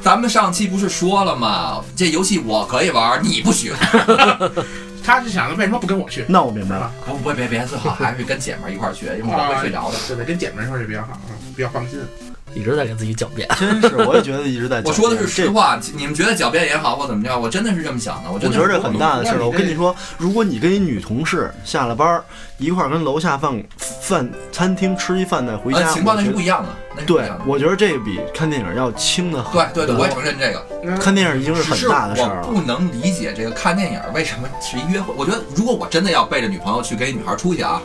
Speaker 1: 咱们上期不是说了吗？这游戏我可以玩，你不许。
Speaker 3: 他是想着为什么不跟我去，
Speaker 4: 那我明
Speaker 3: 是
Speaker 4: 白了，
Speaker 3: 吧？
Speaker 1: 不不别别，最好还是跟姐们儿一块儿去，因为我会
Speaker 3: 啊，
Speaker 1: 睡着的。
Speaker 3: 对对，跟姐们儿说就比较好，嗯比较放心。
Speaker 2: 一直在给自己狡辩。
Speaker 1: 啊
Speaker 4: 真是，我也觉得一直在狡
Speaker 1: 我
Speaker 4: 辩。
Speaker 1: 说的是实
Speaker 4: 这，
Speaker 1: 话，你们觉得狡辩也好或怎么着，我真的是这么想的。我
Speaker 4: 我
Speaker 1: 真
Speaker 4: 觉
Speaker 1: 的
Speaker 4: 得
Speaker 1: 是
Speaker 4: 这很大的事儿。
Speaker 3: 我
Speaker 4: 我
Speaker 3: 跟
Speaker 4: 跟
Speaker 3: 你
Speaker 4: 你说，如果你跟一女同事下了班儿一块儿跟楼下饭饭餐厅吃一饭再回
Speaker 1: 呃
Speaker 4: 家，
Speaker 1: 情况那
Speaker 4: 我
Speaker 1: 是
Speaker 4: 觉
Speaker 1: 不
Speaker 4: 得
Speaker 1: 一样的，那是不一
Speaker 4: 对
Speaker 1: 样，的。
Speaker 4: 我觉得这比看电影要轻的很。
Speaker 1: 对对对，我也
Speaker 4: 得
Speaker 1: 承认这个。
Speaker 3: 嗯
Speaker 4: 看电影已经是
Speaker 1: 只是
Speaker 4: 很大的事儿啊
Speaker 1: 我
Speaker 4: 了。
Speaker 1: 不能理解这个看电影为什么是一约会。我觉得如果我真的要背着女朋友去跟一女孩出去啊，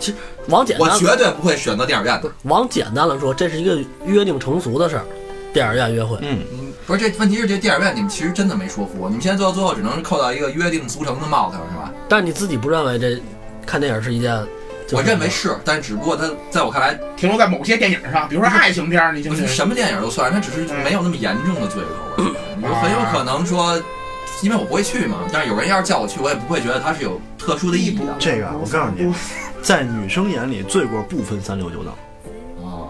Speaker 2: 往简
Speaker 1: 我
Speaker 2: 单
Speaker 1: 绝对不会选择电影院的。
Speaker 2: 往简单了说，这是一个约定成俗的事儿。电影院约会，
Speaker 4: 嗯，
Speaker 1: 嗯，不是这问题是这电影院你们其实真的没说服我，你们现在做到最后只能扣到一个约定俗成的帽子上，是吧？
Speaker 2: 但你自己不认为这看电影是一件，就是
Speaker 1: 我认为是，但只不过它在我看来，
Speaker 3: 停留在某些电影上，比如说爱情片儿，你听
Speaker 1: 不
Speaker 3: 听
Speaker 1: 是。什么电影都算，它只是没有那么严重的罪恶。我觉得我很有可能说，因为我不会去嘛，但是有人要是叫我去，我也不会觉得它是有特殊的意义的。
Speaker 4: 这
Speaker 3: 嗯
Speaker 4: 个啊我告诉你，在女生眼里，罪过不分三六九等。
Speaker 1: 哦，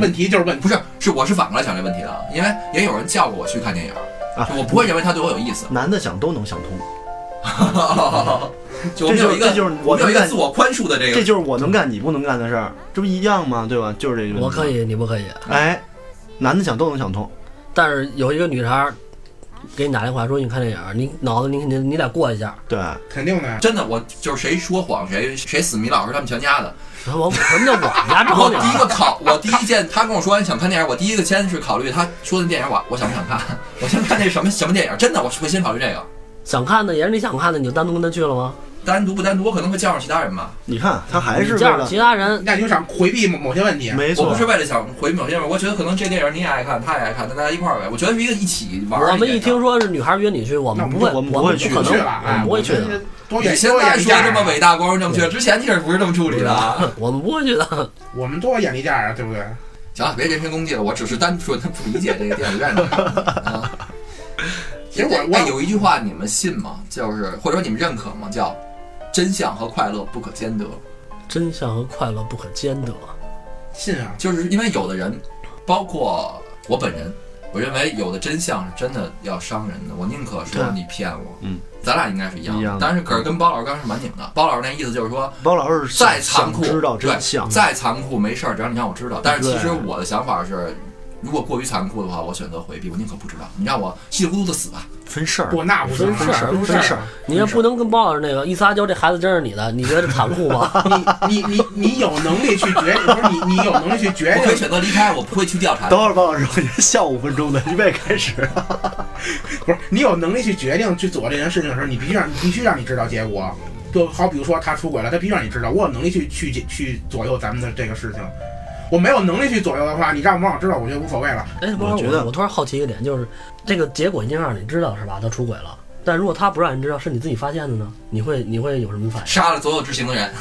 Speaker 3: 问题就是问题
Speaker 1: 不。是，是我是反过来想这问题的，因为也有人叫过我去看电影，
Speaker 4: 啊
Speaker 1: 就我不会认为他对我有 意思。
Speaker 4: 男的想都能想通，
Speaker 1: 就我们有一个，
Speaker 4: 这就是
Speaker 1: 我
Speaker 4: 我
Speaker 1: 们有
Speaker 4: 能
Speaker 1: 一个
Speaker 4: 干
Speaker 1: 自，我宽恕的这
Speaker 4: 这
Speaker 1: 个。
Speaker 4: 就是我能干你不能干的事儿，这不一样吗？对吧？就是这个。
Speaker 2: 我可。以，你不可以。
Speaker 4: 哎，男的想都能想通，
Speaker 2: 但是有一个女孩儿给你打电话说你看电影，你脑子你肯定你得过一下。
Speaker 4: 对，
Speaker 3: 肯定的，
Speaker 1: 真的，我就是谁说谎谁谁死米老师他们全家的。
Speaker 2: 我什么叫我 们家
Speaker 4: 哦
Speaker 1: 我
Speaker 2: 找你
Speaker 1: 第一个
Speaker 2: 了？
Speaker 1: 考，我第一件他跟我说想看电影，我第一个先是考虑他说的电影，我我想不想看，我先看那什么什么电影。真的，我会先考虑这个。
Speaker 2: 想看的也是你想看的，你就单独跟她去了吗？
Speaker 1: 单独不单独，我可能会叫上其他人吧。
Speaker 4: 你看他还是
Speaker 2: 你
Speaker 4: 为
Speaker 2: 这样
Speaker 4: 了，
Speaker 2: 其他人
Speaker 3: 那你就想回避某某些问题。啊
Speaker 4: 没
Speaker 1: 我
Speaker 4: 错
Speaker 1: 不，是为了想回某些人，我觉得可能这电影你也爱看，他也爱看，那大家一块儿呗。我觉得是一个一起玩儿的件
Speaker 2: 我
Speaker 1: 事儿。
Speaker 2: 们一听说是女孩约你去，我
Speaker 3: 那
Speaker 2: 们
Speaker 3: 我
Speaker 2: 不
Speaker 3: 们
Speaker 2: 会，
Speaker 4: 就我
Speaker 3: 不
Speaker 2: 我们可能
Speaker 4: 们不会去啊
Speaker 3: 去了，哎，
Speaker 2: 我们不会去 的，
Speaker 3: 多远？
Speaker 1: 你现
Speaker 3: 多
Speaker 1: 在
Speaker 3: 远一
Speaker 1: 说
Speaker 3: 点啊
Speaker 1: 这么伟大、光荣、正确，之前你是不是这么 处理的啊？
Speaker 2: 我们不会去的。
Speaker 3: 我们多眼力见儿啊，对不对？
Speaker 1: 行了，别人身攻击了，我只是单纯的不理解这个电影院的。啊，
Speaker 3: 其实我我
Speaker 1: 哎有一句话你们信吗？就是或者说你们认可吗？叫真相和快乐不可兼得。
Speaker 2: 真相和快乐不可兼得。
Speaker 3: 信啊，
Speaker 1: 就是因为有的人，包括我本人，我认为有的真相是真的要伤人的，我宁可说
Speaker 4: 对
Speaker 1: 你骗我。
Speaker 4: 嗯，
Speaker 1: 咱俩应该是一样的，
Speaker 4: 一样的
Speaker 1: 但是可是跟包老师刚才是蛮拧的。包老师那意思就是说，
Speaker 4: 包老师想
Speaker 1: 再残酷，
Speaker 4: 想知道
Speaker 1: 对
Speaker 4: 真相，
Speaker 1: 再残酷没事儿，只要你让我知道。但是其实
Speaker 4: 对
Speaker 1: 我的想法是，如果过于残酷的话，我选择回避，我宁可不知道。你让我稀里糊涂的死吧。
Speaker 4: 分事儿，
Speaker 3: 不，那不
Speaker 4: 分
Speaker 3: 行，
Speaker 4: 事儿，
Speaker 3: 不
Speaker 4: 分
Speaker 3: 是
Speaker 4: 事儿。
Speaker 2: 你也不能跟包老师那个一撒娇，这孩子真是你的，你觉得这残酷 吗？
Speaker 3: 你你你有能力去决定，不是你你有能力去
Speaker 4: 哎
Speaker 3: 决
Speaker 1: 我可以
Speaker 3: 定，
Speaker 1: 选择离开，我不会去 调查的。
Speaker 4: 等会儿，包老师，我觉得笑五分钟的预备开始。
Speaker 3: 不是你有能力去决定去做这件事情的时候，你必须让必须让你知道结果。就好比如说他出轨了，他必须让你知道，我有能力去去去左右咱们的这个事情。我没有能力去左右的话，你让我让我知道，我觉得无所谓了。
Speaker 2: 哎，包老师，
Speaker 4: 我觉得
Speaker 2: 我突然好奇一个点，就是这个结果一定让你知道是吧？他出轨了，但如果他不让你知道，是你自己发现的呢？你会你会有什么反应？
Speaker 1: 杀了所有知情的 人。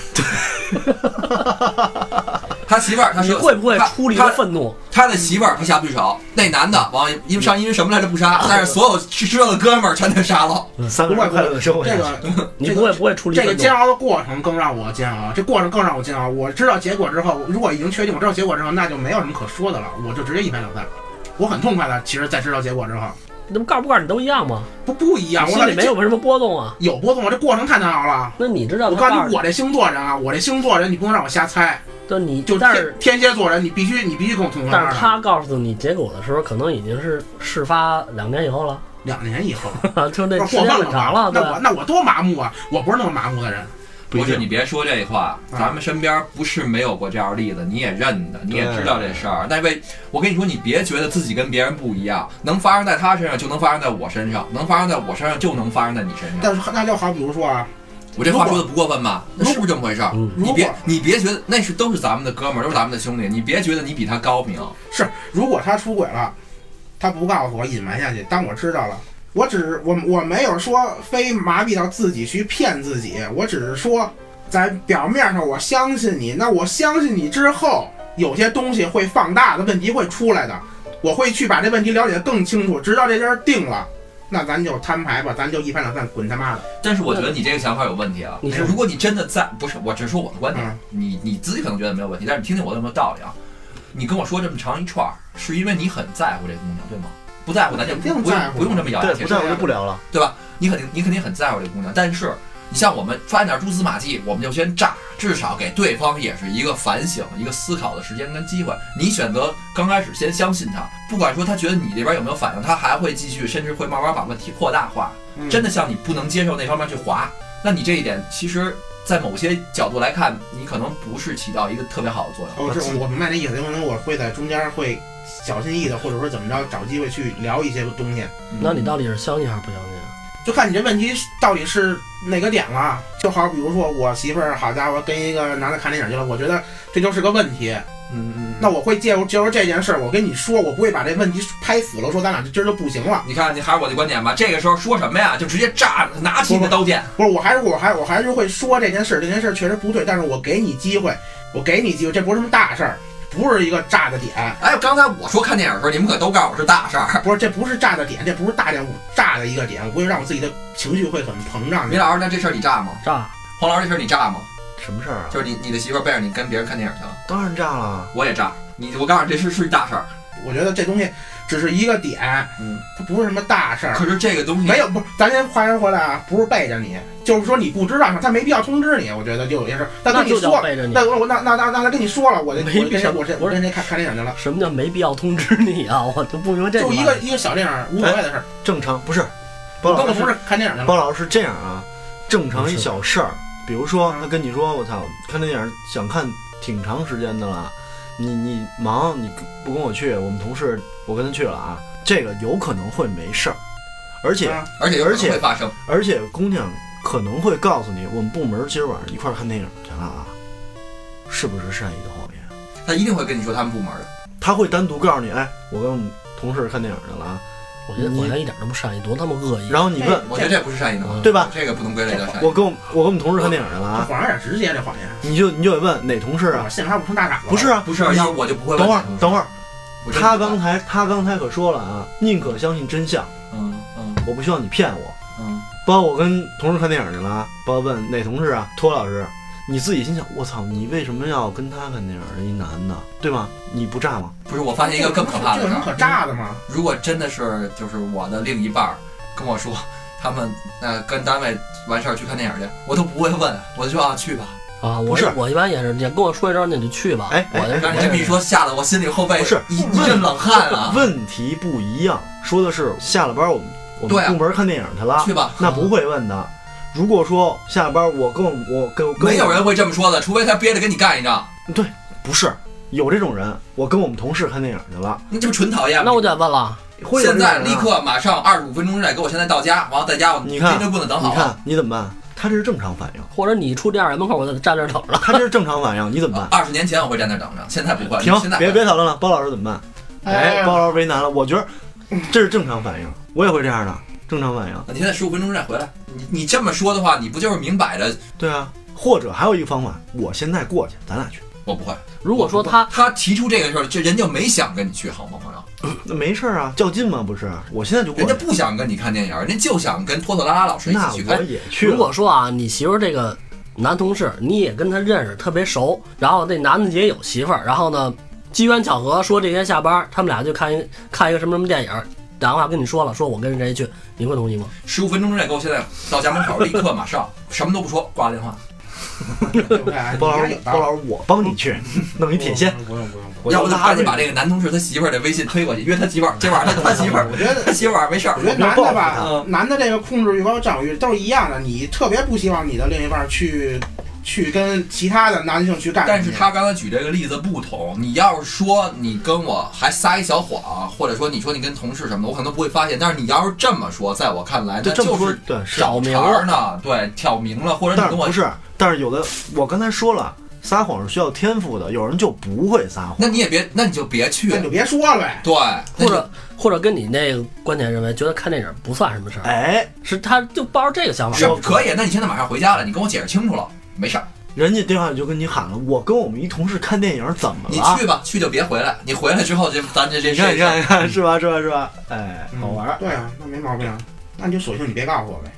Speaker 1: 他媳妇儿，他
Speaker 2: 你
Speaker 1: 是
Speaker 2: 会不会
Speaker 1: 他
Speaker 2: 出离
Speaker 1: 他
Speaker 2: 了愤怒？
Speaker 1: 他的媳妇儿他下不去手，那男的往因为上因为什么来着不
Speaker 3: 啊
Speaker 1: 杀，但是所有知道的哥们儿全得杀了。
Speaker 4: 三
Speaker 3: 不
Speaker 4: 个
Speaker 3: 会
Speaker 4: 人
Speaker 3: 不
Speaker 4: 快乐
Speaker 3: 会，
Speaker 4: 的生活下
Speaker 3: 这
Speaker 4: 去。
Speaker 3: 个
Speaker 2: 啊你不会不会出离
Speaker 3: 这个
Speaker 2: 愤怒
Speaker 3: 煎？熬的过程更让我煎熬，这过程更让我煎熬。我知道结果之后，如果已经确定我知道结果之后，那就没有什么可说的了，我就直接一拍两散。我很痛快的，其实，在知道结果之后，
Speaker 2: 那不告诉不告诉你都一样吗？
Speaker 3: 不不一啊样，我
Speaker 2: 心
Speaker 3: 感
Speaker 2: 里
Speaker 3: 觉
Speaker 2: 没有什么波动啊。
Speaker 3: 有波动，我这过程太难熬了。
Speaker 2: 那你知道
Speaker 3: 我
Speaker 2: 他
Speaker 3: 告诉
Speaker 2: 告诉
Speaker 3: 你，我这星座人啊，我这星座人，你不能让我瞎猜。
Speaker 2: 就你
Speaker 3: 就
Speaker 2: 但
Speaker 3: 天
Speaker 2: 是
Speaker 3: 天蝎座人，你必须你必须跟我同框
Speaker 2: 但是
Speaker 3: 了。
Speaker 2: 他告诉你结果的时候，可能已经是事发两年以后了，
Speaker 3: 两年以后，
Speaker 2: 就
Speaker 3: 不
Speaker 2: 那
Speaker 3: 是
Speaker 2: 时
Speaker 3: 过分
Speaker 2: 间很
Speaker 3: 了吧
Speaker 2: 长了，对
Speaker 3: 那我
Speaker 2: 吧？
Speaker 3: 那我多麻木啊！我不是那么麻木的人，
Speaker 4: 不一
Speaker 1: 是
Speaker 4: 定
Speaker 1: 你别说这话，
Speaker 3: 啊
Speaker 1: 咱们身边不是没有过这样的例子，你也认得，你也知道这事儿。但为我跟你说，你别觉得自己跟别人不一样，能发生在他身上就能发生在我身上，能发生在我身上就能发生在你身上。
Speaker 3: 但是那就好，比如说啊，
Speaker 1: 我这话说的不过分吧？那是不是这么回事儿？
Speaker 2: 嗯，
Speaker 3: 如
Speaker 1: 你
Speaker 3: 果
Speaker 1: 别你别觉得那是都是咱们的哥们儿，都是咱们的兄弟，你别觉得你比他高明。
Speaker 3: 是，如果他出轨了，他不告诉我，隐瞒下去，当我知道了，我只我我没有说非麻痹到自己去骗自己，我只是说在表面上我相信你，那我相信你之后，有些东西会放大的问题会出来的，我会去把这问题了解得更清楚，直到这件事儿定了。那咱就摊牌吧，咱就一拍两散，滚他妈的！
Speaker 1: 但是我觉得你这个想法有问题啊！
Speaker 2: 你是
Speaker 1: 如果你真的在，不是，我只是说我的观点，
Speaker 3: 嗯
Speaker 1: 你你自己可能觉得没有问题，但是你听听我有没有道理啊？你跟我说这么长一串儿，是因为你很在乎这姑娘，对吗？不在乎咱就
Speaker 3: 肯
Speaker 1: 不
Speaker 3: 定
Speaker 1: 不
Speaker 3: 在
Speaker 1: 用
Speaker 3: 乎
Speaker 1: 不用这么咬牙
Speaker 4: 对，
Speaker 1: 切
Speaker 4: 不
Speaker 1: 齿
Speaker 4: 在，乎就不聊了。
Speaker 1: 你肯定你肯定很在乎这姑娘，但是你像我们发现点蛛丝马迹，我们就先炸，至少给对方也是一个反省、一个思考的时间跟机会。你选择刚开始先相信他，不管说他觉得你这边有没有反应，他还会继续，甚至会慢慢把问题扩大化。
Speaker 3: 嗯
Speaker 1: 真的向你不能接受那方面去滑，那你这一点其实，在某些角度来看，你可能不是起到一个特别好的作用。
Speaker 3: 我这我明白那意思，有可能我会在中间会小心翼翼的，或者说怎么着，找机会去聊一些东西。
Speaker 1: 嗯
Speaker 2: 那你到底是相信还是不相信？啊
Speaker 3: 就看你这问题是到底是哪个点了。啊就好比如说我媳妇儿，好家伙，跟一个男的看电影去了，我觉得这就是个问题。
Speaker 1: 嗯嗯，
Speaker 3: 那我会借由借由这件事儿，我跟你说，我不会把这问题拍死了，说咱俩这今儿就不行了。
Speaker 1: 你看，你还是我的观点吧。这个时候说什么呀？就直接炸，拿起你的刀剑。
Speaker 3: 不是，我还是我还我还是会说这件事儿，这件事儿确实不对，但是我给你机会，我给你机会，这不是什么大事儿，不是一个炸 的点，
Speaker 1: 哎，刚才我说看电影的时候，你们可都告诉我是大事儿。
Speaker 3: 不是这不是炸的点，这不是大点炸的一个点，我会让我自己的情绪会很膨胀
Speaker 1: 米。老师，那这事儿你炸吗？
Speaker 2: 炸
Speaker 1: 黄老师，这事儿你炸吗？
Speaker 4: 什么事儿啊？
Speaker 1: 就是你你的媳妇儿背着你跟别人看电影去了，
Speaker 4: 当然炸了。
Speaker 1: 我也炸。你我告诉你，这是是一大事儿。
Speaker 3: 我觉得这东西只是一个点，
Speaker 1: 嗯，
Speaker 3: 它不是什么大事儿。
Speaker 1: 可是这个东西
Speaker 3: 嗯没有，不是，咱先话说回来啊，不是背着你，就是说你不知道，他没必要通知你。我觉得就有些事儿，他
Speaker 2: 那
Speaker 3: 跟你
Speaker 2: 就
Speaker 3: 说
Speaker 2: 叫
Speaker 3: 了，
Speaker 2: 背着你。
Speaker 3: 那我那那那那他跟你说了，我就
Speaker 2: 没
Speaker 3: 我跟
Speaker 2: 必要
Speaker 3: 谁我谁
Speaker 2: 不
Speaker 3: 我
Speaker 2: 是
Speaker 3: 跟谁看看电影去了，
Speaker 2: 什么叫没必要通知你啊？我就不明白这
Speaker 3: 就
Speaker 2: 句
Speaker 3: 一
Speaker 2: 话
Speaker 3: 个一个小电影，无所谓的事儿。
Speaker 4: 正常不是，
Speaker 3: 我
Speaker 4: 包老
Speaker 3: 跟我
Speaker 4: 师
Speaker 3: 同事看电影去了，
Speaker 4: 包老师是这样啊，正常一小事儿，嗯比如说他跟你说我操，看电影想看挺长时间的了，你你忙你不跟我去，我们同事我跟他去了啊，这个有可能会没事儿，而且
Speaker 3: 啊
Speaker 1: 而且有可
Speaker 4: 而
Speaker 1: 能
Speaker 4: 且
Speaker 1: 会发生。
Speaker 4: 而且姑娘可能会告诉你，我们部门今儿晚上一块儿看电影去了啊，是不是善意的谎言？
Speaker 1: 他一定会跟你说他们部门的。
Speaker 4: 他会单独告诉你，哎，我跟我们同事看电影去了啊，
Speaker 2: 我觉得好像一点都不善意，多他妈恶意。
Speaker 4: 然后你问
Speaker 1: 我觉得这不是善意的谎言，
Speaker 4: 对嗯吧？
Speaker 1: 这个不能归类叫善意。
Speaker 4: 我跟我我跟我们同事看电影去了
Speaker 3: 这
Speaker 4: 啊，
Speaker 3: 谎言有点直接，这谎言，
Speaker 4: 你就你就得问哪同事啊？
Speaker 3: 我信他不成大傻子了。
Speaker 4: 不是啊，
Speaker 1: 不是，要是我就不会问
Speaker 4: 等会儿
Speaker 1: 你，
Speaker 4: 等会儿，
Speaker 1: 我真的
Speaker 4: 他
Speaker 1: 不会
Speaker 4: 刚才他刚才可说了啊，宁可相信真相，
Speaker 1: 嗯嗯
Speaker 4: 我不希望你骗我。
Speaker 1: 嗯，
Speaker 4: 包括我跟同事看电影去了啊，包括问哪同事啊，托老师，你自己心想，我操，你为什么要跟他跟那样一男的，对吧？你不炸吗？
Speaker 1: 不是，我发现一个更可怕
Speaker 3: 这
Speaker 1: 的事
Speaker 3: 有什么
Speaker 1: 儿，
Speaker 3: 可炸的吗？
Speaker 1: 如果真的是就是我的另一半儿跟我说，他们呃跟单位完事儿去看电影去，我都不会问，我就说啊去吧。
Speaker 2: 啊，
Speaker 4: 不
Speaker 2: 我
Speaker 4: 是
Speaker 2: 我一般也是，你跟我说一声，那你就去吧。
Speaker 4: 哎哎
Speaker 2: 我就是
Speaker 1: 但是你这么一说，吓得我心里后背
Speaker 4: 不是
Speaker 1: 一一阵冷汗啊。
Speaker 4: 问题不一样，说的是下了班我们我
Speaker 1: 对
Speaker 4: 们
Speaker 1: 啊
Speaker 4: 部门看电影去了
Speaker 1: 去，吧，
Speaker 4: 那不会问的。如果说下了班我跟我我跟我跟我
Speaker 1: 没有人会这么说的，除非他憋着跟你干一仗。
Speaker 4: 不是有这种人，我跟我们同事看电影去了，
Speaker 1: 你这不纯讨厌吗
Speaker 2: 那我？就得问了，
Speaker 4: 会有
Speaker 1: 现
Speaker 4: 这种人啊
Speaker 1: 在立刻马上二十五分钟之内给我现在到家，完了在家我
Speaker 4: 你看
Speaker 1: 拎着棍子等好啊
Speaker 4: 你
Speaker 1: 了。
Speaker 4: 看你怎么办？他这是正常反应，
Speaker 2: 或者你出电影院门口，我就站这儿等着。
Speaker 4: 他这是正常反应，你怎么办？
Speaker 1: 二十年前我会站那儿等着，现在不会。
Speaker 4: 停
Speaker 1: 啊现在，
Speaker 4: 别别讨论了，包老师怎么办？哎，
Speaker 3: 呀
Speaker 4: 包老师为难了，我觉得 这是正常反应，我也会这样的，正常反应。
Speaker 1: 你现在十五分钟之内回来。你你这么说的话，你不就是明摆着
Speaker 4: 对啊，或者还有一个方法，我现在过去，咱俩去，
Speaker 1: 我不会？
Speaker 2: 如果说他
Speaker 1: 他提出这个事儿，这人家没想跟你去，好吗，朋友？
Speaker 4: 那没事儿啊，较劲嘛，不是？我现在就过
Speaker 1: 人家
Speaker 4: 去，
Speaker 1: 不想跟你看电影，人家就想跟拖拖拉拉老师一
Speaker 4: 那
Speaker 1: 起去看
Speaker 4: 我。也去
Speaker 2: 如果
Speaker 4: 了。
Speaker 2: 说啊，你媳妇儿这个男同事，你也跟他认识特别熟，然后那男的也有媳妇儿，然后呢，机缘巧合说这天下班，他们俩就看一看一个什么什么电影，然后还跟你说了，说我跟谁去，你会同意吗？
Speaker 1: 十五分钟之内给我现在到家门口，立刻马上，什么都不说，挂电话。
Speaker 3: 对不对？你
Speaker 4: 包老
Speaker 3: 家
Speaker 4: 师
Speaker 3: 有，
Speaker 4: 包
Speaker 3: 师，
Speaker 4: 老师，我帮你去，弄一铁锨，
Speaker 3: 不用不用不用。
Speaker 4: 我
Speaker 1: 要
Speaker 4: 就
Speaker 1: 不就
Speaker 4: 拉
Speaker 1: 赶
Speaker 4: 着
Speaker 1: 紧把这个男同事他媳妇儿的微信推过去，约他媳妇儿，今晚上他媳妇儿，
Speaker 3: 我觉得
Speaker 1: 他媳妇儿没事儿
Speaker 3: 我觉。得
Speaker 4: 我
Speaker 3: 男
Speaker 4: 报复
Speaker 3: 的吧，
Speaker 4: 他
Speaker 1: 嗯
Speaker 3: 男的这个控制欲和占有欲都是一样的，你特别不希望你的另一半去去跟其他的男性去干。
Speaker 1: 但是，他刚才举这个例子不同，你要是说你跟我还撒一小谎，或者说你说你跟同事什么的，我可能不会发现。但是你要是这么说，在我看嗯来，那
Speaker 4: 就这么说
Speaker 1: 是，
Speaker 4: 对，是。
Speaker 1: 找茬儿呢，对，挑明了，或者你
Speaker 4: 但是
Speaker 1: 跟我
Speaker 4: 不，是？但是有的，我刚才说了，撒谎是需要天赋的，有人就不会撒谎。
Speaker 1: 那你也别，那你就别去
Speaker 3: 那，你就别说了呗。
Speaker 1: 对，
Speaker 2: 或 者或者跟你那个观点认为，觉得看电影不算什么事儿，
Speaker 4: 哎，
Speaker 2: 是他就抱着这个想法
Speaker 1: 是。可以，那你现在马上回家了，你跟我解释清楚了，没事儿，
Speaker 4: 人家电话里就跟你喊了，我跟我们一同事看电影，怎么
Speaker 1: 你
Speaker 4: 了？
Speaker 1: 去吧，去就别回来，你回来之后就咱这这
Speaker 4: 你看，
Speaker 1: 这
Speaker 4: 你看，你看， 是吧？是吧？是吧？哎，
Speaker 1: 嗯
Speaker 4: 好玩儿。
Speaker 3: 对啊，那没毛病。那你就索性你别告诉我呗。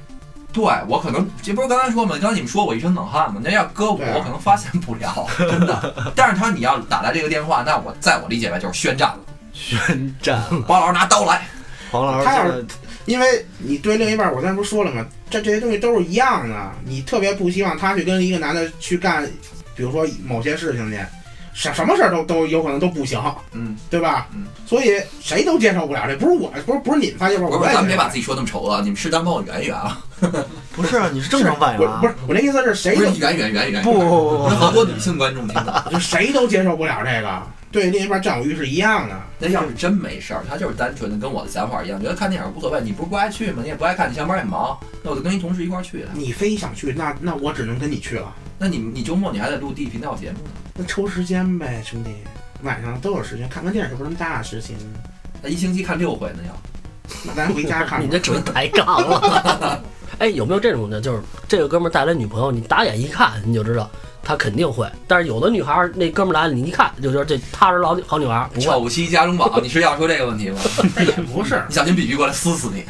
Speaker 1: 对我可能这不是刚才说嘛，刚才你们说我一身冷汗嘛，那要搁我，
Speaker 3: 对啊
Speaker 1: 我可能发现不了，真 的。但是他你要打来这个电话，那我在我理解来就是宣战了，
Speaker 4: 宣战，
Speaker 1: 包老师拿刀来，
Speaker 4: 嗯黄老师
Speaker 3: 他要
Speaker 4: 这
Speaker 3: 是
Speaker 4: 个
Speaker 3: 因为你对另一半，我刚才不是说了吗？这这些东西都是一样的，你特别不希望他去跟一个男的去干，比如说某些事情去，什什么事儿都都有可能都不行，
Speaker 1: 嗯，
Speaker 3: 对吧？
Speaker 1: 嗯
Speaker 3: 所以谁都接受不了，这不是我，不是不是你们仨接受
Speaker 1: 不
Speaker 3: 不
Speaker 1: 是不
Speaker 3: 了，我
Speaker 1: 是，
Speaker 3: 也
Speaker 1: 咱们别
Speaker 3: 接受
Speaker 1: 把
Speaker 3: 不了
Speaker 1: 自己说那么丑啊恶，你们适当帮我圆一圆啊，
Speaker 4: 不是啊？你是正常反应啊？
Speaker 3: 我不是我那意思是谁
Speaker 1: 不
Speaker 3: 都
Speaker 1: 是圆圆圆圆，
Speaker 4: 不不
Speaker 1: 圆
Speaker 4: 不不
Speaker 1: 有
Speaker 4: 不，
Speaker 1: 好多女性观众听的，
Speaker 3: 就谁都接受不了这个，对另一半占有欲是一样的。
Speaker 1: 那要是真没事儿，他就是单纯的跟我的想法一样，觉得看电影无所谓，你不是不爱去吗？你也不爱看，你上班也忙，那我就跟一同事一块儿去，啊
Speaker 3: 你非想去，那那我只能跟你去了。
Speaker 1: 那你你周末你还得录地频道节目呢，
Speaker 3: 那抽时间呗，兄弟，晚上都有时间，看看电影不是那么大的事情。
Speaker 1: 那一星期看六回呢要。
Speaker 3: 那咱回 家看
Speaker 2: 你
Speaker 3: 吧。
Speaker 2: 这准抬杠了。 哎，有没有这种的？就是这个哥们儿带来女朋友，你打眼一看你就知道他肯定会。但是有的女孩儿，那哥们儿来了，你一看就觉得这踏实老好女孩儿，不会。
Speaker 1: 丑妻家中宝，你是要说这个问 题吗？
Speaker 3: 这也不是，
Speaker 1: 你小心比喻过来撕死你。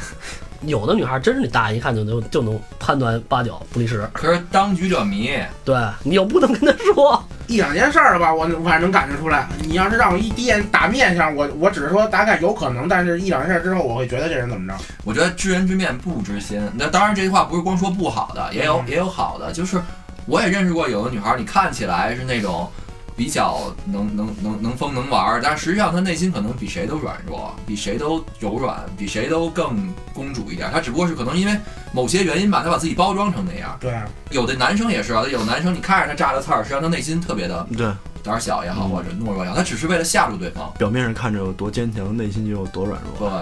Speaker 2: 有的女孩儿真是你大眼一看就能就能判断八九不离十。
Speaker 1: 可是当局者迷，
Speaker 2: 对你又不能跟她说，
Speaker 3: 一两件事儿吧，我我还能感觉出来。你要是让我一第一眼打面相，我我只是说大概有可能，但是一两件事儿之后，我会觉得这人怎么着。
Speaker 1: 我觉得知人知面不知心。那当然，这句话不是光说不好的，也有
Speaker 3: 嗯
Speaker 1: 也有好的。就是我也认识过有的女孩，你看起来是那种比较能能能能疯能玩儿，但实际上她内心可能比谁都软弱，比谁都柔软，比谁都更公主一点。她只不过是可能因为某些原因吧，她把自己包装成那样。
Speaker 3: 对啊，
Speaker 1: 有的男生也是啊，有的男生你看着他炸着刺儿，实际上他内心特别的
Speaker 4: 对，
Speaker 1: 胆小也好，
Speaker 4: 嗯
Speaker 1: 或者懦弱也好，他只是为了吓住对方。
Speaker 4: 表面上看着有多坚强，内心就有多软弱。
Speaker 1: 对，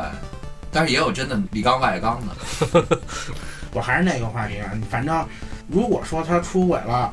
Speaker 1: 但是也有真的里刚外刚的。
Speaker 3: 我还是那个话题啊，反正如果说他出轨了，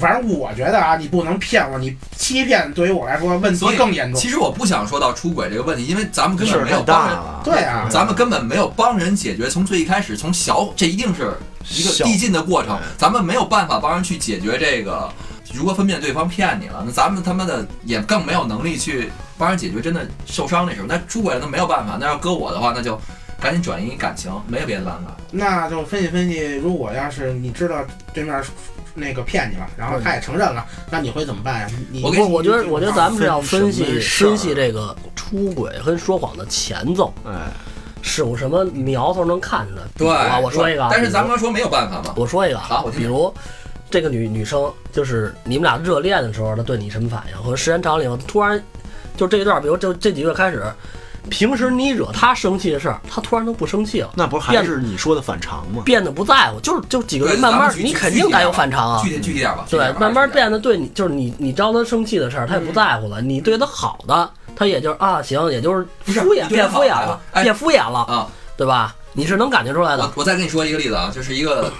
Speaker 3: 反正我觉得啊，你不能骗我，你欺骗对于我来说问
Speaker 1: 所以
Speaker 3: 题更严重。
Speaker 1: 其实我不想说到出轨这个问题，因为咱们根
Speaker 4: 事
Speaker 1: 本
Speaker 4: 儿
Speaker 1: 没
Speaker 4: 太
Speaker 1: 有帮
Speaker 4: 大
Speaker 1: 人，
Speaker 4: 了，
Speaker 3: 对啊，
Speaker 1: 咱们根本没有帮人解决。从最一开始，从小，这一定是一个
Speaker 4: 小
Speaker 1: 递进的过程
Speaker 4: 对，
Speaker 1: 咱们没有办法帮人去解决这个如何分辨对方骗你了。那咱们他妈的也更没有能力去帮人解决真的受伤那时候。那出轨了那没有办法，那要搁我的话，那就赶紧转移感情，没有别的办法。
Speaker 3: 那就分析分析，如果要是你知道对面那个骗你了，然后他也承认了，那你会怎么办呀？你
Speaker 1: 我给
Speaker 2: 不，我觉得，我觉得咱们是要分析
Speaker 4: 分什么事儿
Speaker 2: 分析这个出轨跟说谎的前奏，
Speaker 4: 哎，
Speaker 2: 是有什么苗头能看出来。
Speaker 1: 对，
Speaker 2: 啊，我说一个啊，
Speaker 1: 但是咱们
Speaker 2: 比
Speaker 1: 刚说没有办法嘛
Speaker 2: 如，我说一个啊
Speaker 1: 好我，听
Speaker 2: 比如这个女女生，就是你们俩热恋的时候，她对你什么反应，和时间长了以后，突然就这一段，比如就这几个月开始，平时你惹她生气的事儿，她突然都不生气了，
Speaker 4: 那不是还
Speaker 2: 变
Speaker 4: 是你说的反常吗？
Speaker 2: 变得不在乎，就是就几个
Speaker 1: 对
Speaker 2: 月，慢
Speaker 1: 咱
Speaker 2: 慢
Speaker 1: 们具
Speaker 2: 你
Speaker 1: 具
Speaker 2: 肯
Speaker 1: 具体
Speaker 2: 定
Speaker 1: 点
Speaker 2: 得有
Speaker 1: 吧
Speaker 2: 反常啊
Speaker 1: 具。体具体点吧。具体
Speaker 2: 对
Speaker 1: 点，吧嗯
Speaker 2: 慢慢。
Speaker 1: 具体点
Speaker 2: 变得对你就是你，你招他生气的事儿，他也不在乎了。你对他好的，他也就是啊，行，也就是
Speaker 1: 不是
Speaker 2: 敷衍，
Speaker 1: 你对他
Speaker 2: 变
Speaker 1: 好
Speaker 2: 敷衍了，
Speaker 1: 哎
Speaker 2: 变敷衍了，
Speaker 1: 啊，
Speaker 2: 对吧？你是能感觉出来的
Speaker 1: 我。我再跟你说一个例子啊，就是一个，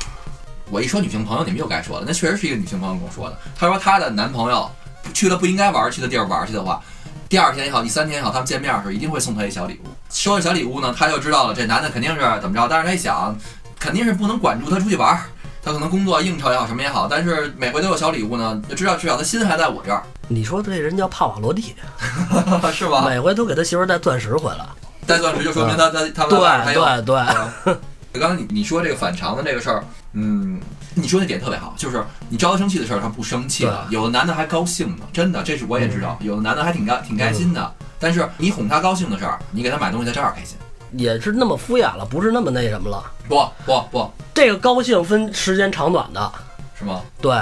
Speaker 1: 我一说女性朋友，你们又该说了，那确实是一个女性朋友跟我说的，她说她的男朋友去了不应该玩去的地儿玩去的话。第二天也好，第三天也好，他们见面的时候一定会送她一小礼物。收了小礼物呢，她就知道了这男的肯定是怎么着。但是她一想，肯定是不能管住她出去玩儿，她可能工作应酬也好，什么也好。但是每回都有小礼物呢，就知道至少她心还在我这儿，
Speaker 2: 你说这人叫帕瓦罗蒂，
Speaker 1: 是吧？
Speaker 2: 每回都给他媳妇儿带钻石回来。
Speaker 1: 戴钻石就说明她她她
Speaker 2: 对
Speaker 1: 们还有
Speaker 2: 对 对，
Speaker 1: 刚才你你说这个反常的这个事儿，嗯，你说那点特别好，就是你招他生气的事儿，他不生气了，有的男的还高兴呢，真的，这是我也知道，有的男的还挺高挺开心的。但是你哄他高兴的事儿，你给他买东西，他照样开心。
Speaker 2: 也是那么敷衍了，不是那么那什么了。
Speaker 1: 不不不，
Speaker 2: 这个高兴分时间长短的，
Speaker 1: 是吗？
Speaker 2: 对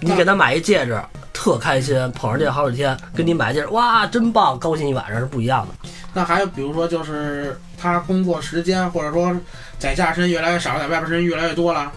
Speaker 2: 你给他买一戒指，特开心，捧着戒指好几天，跟你买戒指，哇，真棒，高兴一晚上是不一样的。
Speaker 3: 那还有比如说，就是他工作时间或者说在家时间越来越少，在外边时间越来越多了。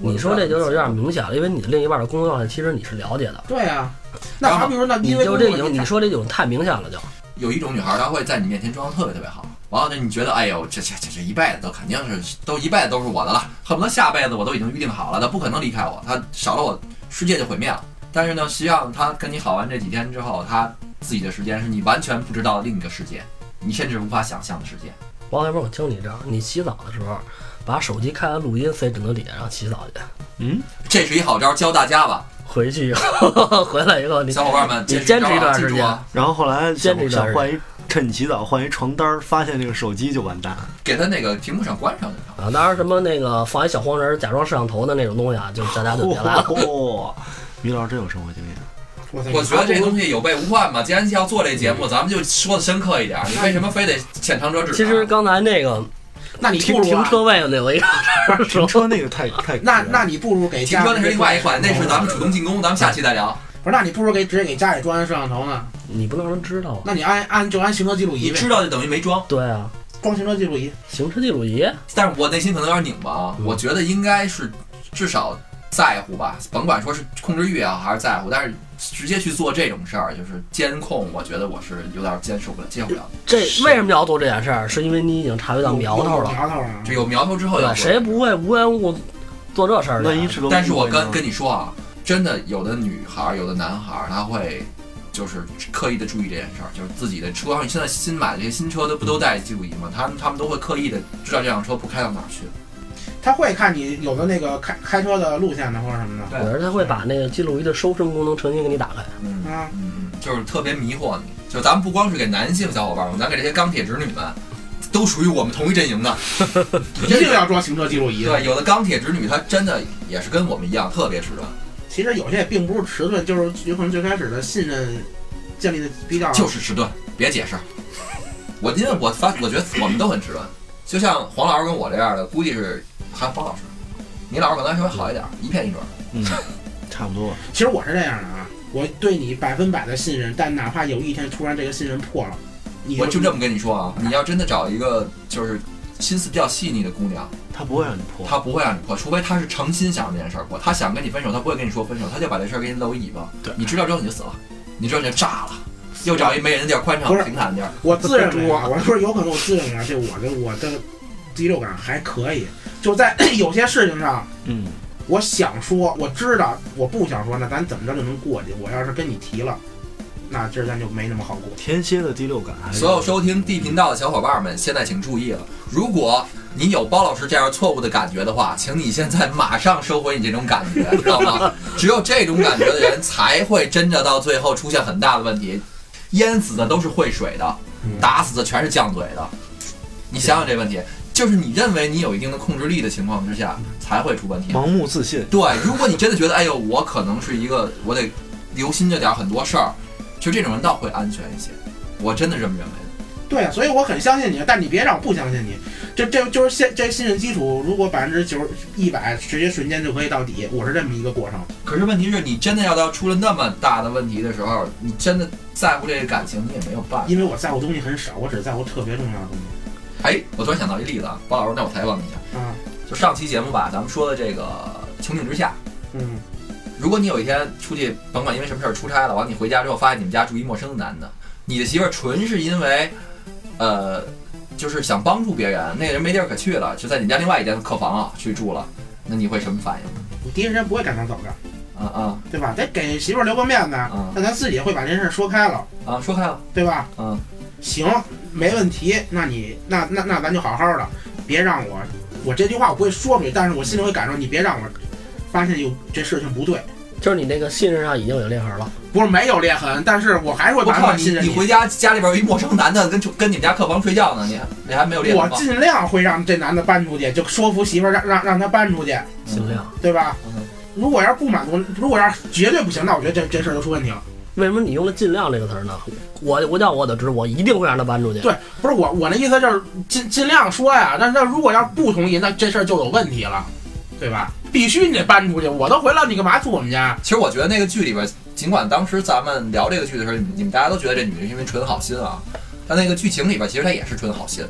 Speaker 2: 你说这就有点明显了，因为你的另一半的工作状态其实你是了解的。
Speaker 3: 对啊，那
Speaker 1: 然后
Speaker 3: 好比说，那
Speaker 2: 你
Speaker 3: 因为
Speaker 2: 就这
Speaker 3: 工作
Speaker 2: 种，你说这种太明显了就，
Speaker 1: 有一种女孩儿，她会在你面前装的特别特别好，完了呢，你觉得，哎呦，这这这这一辈子都肯定是都一辈子都是我的了，恨不得下辈子我都已经预定好了，她不可能离开我，她少了我世界就毁灭了。但是呢，实际上她跟你好完这几天之后，她自己的时间是你完全不知道的另一个世界，你甚至无法想象的世界。
Speaker 2: 王小波，我教你一招，你洗澡的时候把手机开完录音塞枕头底下，然后洗澡去。
Speaker 4: 嗯，
Speaker 1: 这是一好招，教大家吧，
Speaker 2: 回去以后， 回来以后你
Speaker 1: 小伙伴们，
Speaker 2: 你
Speaker 1: 这是招啊
Speaker 2: 坚持一段时间
Speaker 1: 记住啊，
Speaker 4: 然后后来想
Speaker 2: 坚持一段时
Speaker 4: 想
Speaker 2: 间
Speaker 4: 换一趁你洗澡换一床单儿，发现这个手机就完蛋。
Speaker 1: 给他那个屏幕上关上就行。
Speaker 2: 啊，当然什么那个放一小黄人儿，假装摄像头的那种东西啊，就大家就别来了。
Speaker 4: 哦，于老师真有生活经验。
Speaker 3: 我操
Speaker 1: 我觉得这
Speaker 3: 你
Speaker 1: 东西有备无患嘛，既然要做这节目，咱们就说的深刻一点。你为什么非得浅尝辄止啊？
Speaker 2: 嗯其实刚才那个
Speaker 3: 那你不
Speaker 2: 停
Speaker 3: 如
Speaker 2: 停
Speaker 3: 啊
Speaker 2: 车位那我一
Speaker 4: 不是停车那个太太
Speaker 3: 那那你不如给
Speaker 1: 停
Speaker 3: 家
Speaker 1: 车那是另外一环，那是咱
Speaker 3: 们
Speaker 1: 们主动进攻，咱们下期再聊。
Speaker 3: 不是？那你不如给直接给家里装一摄像头呢？
Speaker 2: 你不能让人知道啊。
Speaker 3: 那你按按就按行车记录仪
Speaker 1: 你
Speaker 3: 呗
Speaker 1: 知，道就等于没装，
Speaker 2: 对啊，
Speaker 3: 装行车记录仪。
Speaker 2: 行车记录仪，
Speaker 1: 但是我内心可能有点拧巴啊。
Speaker 2: 嗯
Speaker 1: 我觉得应该是至少在乎吧，甭管说是控制欲也好还是在乎，但是直接去做这种事儿，就是监控，我觉得我是有点接受不了，接受不了。
Speaker 2: 这为什么要做这件事儿？是因为你已经察觉到苗头了。
Speaker 3: 苗头了啊
Speaker 1: 这。有苗头之后要
Speaker 2: 对，
Speaker 1: 做
Speaker 2: 谁不会无缘无故做这事儿啊呢
Speaker 4: 万？一是个
Speaker 1: 但是我跟
Speaker 4: 误会呢
Speaker 1: 跟你说啊，真的有的女孩儿，有的男孩儿，他会就是刻意的注意这件事儿，就是自己的车上现在新买的这些新车都不都带记录仪吗？他们他们都会刻意的知道这辆车不开到哪儿去。
Speaker 3: 他会看你有的那个开开车的路线的或者什么的。
Speaker 1: 对
Speaker 2: 我觉得他会把那个记录仪的收声功能重新给你打开。
Speaker 1: 嗯
Speaker 3: 啊，
Speaker 1: 嗯，就是特别迷惑你。就咱们不光是给男性小伙伴们，咱给这些钢铁直女们，都属于我们同一阵营 的。
Speaker 3: 一定要装行车记录仪。
Speaker 1: 对，有的钢铁直女她真的也是跟我们一样特别迟钝，
Speaker 3: 其实有些也并不是迟钝，就是有可能最开始的信任建立的比较。
Speaker 1: 就是迟钝，别解释。我因为我发，我觉得我们都很迟钝，就像黄老师跟我这样的，估计是还有黄老师，你老师可能还稍微好一点，一片一准。
Speaker 4: 嗯，差不多吧。
Speaker 3: 其实我是这样的啊，我对你百分百的信任，但哪怕有一天突然这个信任破了，你
Speaker 1: 我就这么跟你说啊，你要真的找一个就是心思比较细腻的姑娘，
Speaker 4: 他不会让你破。
Speaker 1: 她不会让你破，除非她是诚心想让这件事儿破，她想跟你分手，她不会跟你说分手，她就把这事儿给你搂一尾巴。
Speaker 4: 对
Speaker 1: 你知道之后你就死了，你知道你就炸了，又找一没人的地儿，宽敞
Speaker 3: 不是
Speaker 1: 平坦的地儿。
Speaker 3: 我自认为啊，我说有可能我自认为啊，这我的我的第六感还可以，就 在有些事情上，
Speaker 4: 嗯，
Speaker 3: 我想说，我知道我不想说，那咱怎么着就能过去？我要是跟你提了，那今儿咱就没那么好过。
Speaker 4: 天蝎的第六感还是
Speaker 1: 所有收听 D 频道的小伙伴们，现在请注意了，如果你有包老师这样错误的感觉的话，请你现在马上收回你这种感觉，知道吗？只有这种感觉的人才会真的到最后出现很大的问题，嗯淹死的都是会水的，打死的全是犟嘴的。你想想这问题，就是你认为你有一定的控制力的情况之下，才会出问题。
Speaker 4: 盲目自信，
Speaker 1: 对，如果你真的觉得，哎呦，我可能是一个，我得留心着点很多事儿，其实这种人倒会安全一些。我真的这么认为的。
Speaker 3: 对啊，所以我很相信你，但你别让我不相信你。这这就是信这信任基础，如果百分之九十一百，直接瞬间就可以到底，我是这么一个过程。
Speaker 1: 可是问题是你真的要到出了那么大的问题的时候，你真的在乎这个感情，你也没有办法。
Speaker 3: 因为我在乎东西很少，我只在乎特别重要的东西。
Speaker 1: 哎，我突然想到一例子，啊，包老师，那我采访你一下，
Speaker 3: 啊，
Speaker 1: 就上期节目吧，咱们说的这个情景之下，
Speaker 3: 嗯，
Speaker 1: 如果你有一天出去，甭管因为什么事儿出差了，完你回家之后发现你们家住一陌生的男的，你的媳妇儿纯是因为，呃，就是想帮助别人，那个人没地儿可去了，就在你们家另外一间客房啊去住了，那你会什么反应？
Speaker 3: 我第一时间不会赶他走的，
Speaker 1: 啊啊
Speaker 3: 对吧？得给媳妇儿留个面子，
Speaker 1: 嗯
Speaker 3: 那咱自己会把这事儿说开了，
Speaker 1: 啊！说开了，
Speaker 3: 对吧？
Speaker 1: 嗯，
Speaker 3: 行，没问题。那你那那那咱就好好的，别让我，我这句话我不会说出去，但是我心里会感受，你别让我发现有这事情不对。
Speaker 2: 就是你那个信任上已经有裂痕了。
Speaker 3: 不是没有裂痕，但是我还是会
Speaker 1: 我
Speaker 3: 把
Speaker 1: 靠
Speaker 3: 我
Speaker 1: 你！
Speaker 3: 信任
Speaker 1: 你回家家里边有一陌生男的跟跟你们家客房睡觉呢，你你还没有练
Speaker 3: 我
Speaker 1: 吗？
Speaker 3: 尽量会让这男的搬出去，就说服媳妇儿让让让他搬出去，
Speaker 2: 尽量。
Speaker 3: 对吧
Speaker 1: 嗯？
Speaker 3: 如果要是不满足，如果要是绝对不行，那我觉得这这事儿就出问题了。
Speaker 2: 为什么你用了“尽量”这个词儿呢？我我要我的职，我一定会让他搬出去。
Speaker 3: 对，不是我我那意思就是尽尽量说呀，但是如果要是不同意，那这事儿就有问题了，对吧？必须你得搬出去，我都回来了，你干嘛住我们 家？
Speaker 1: 其实我觉得那个剧里边，尽管当时咱们聊这个剧的时候，你们你们大家都觉得这女的是因为纯好心啊，但那个剧情里边其实她也是纯好心，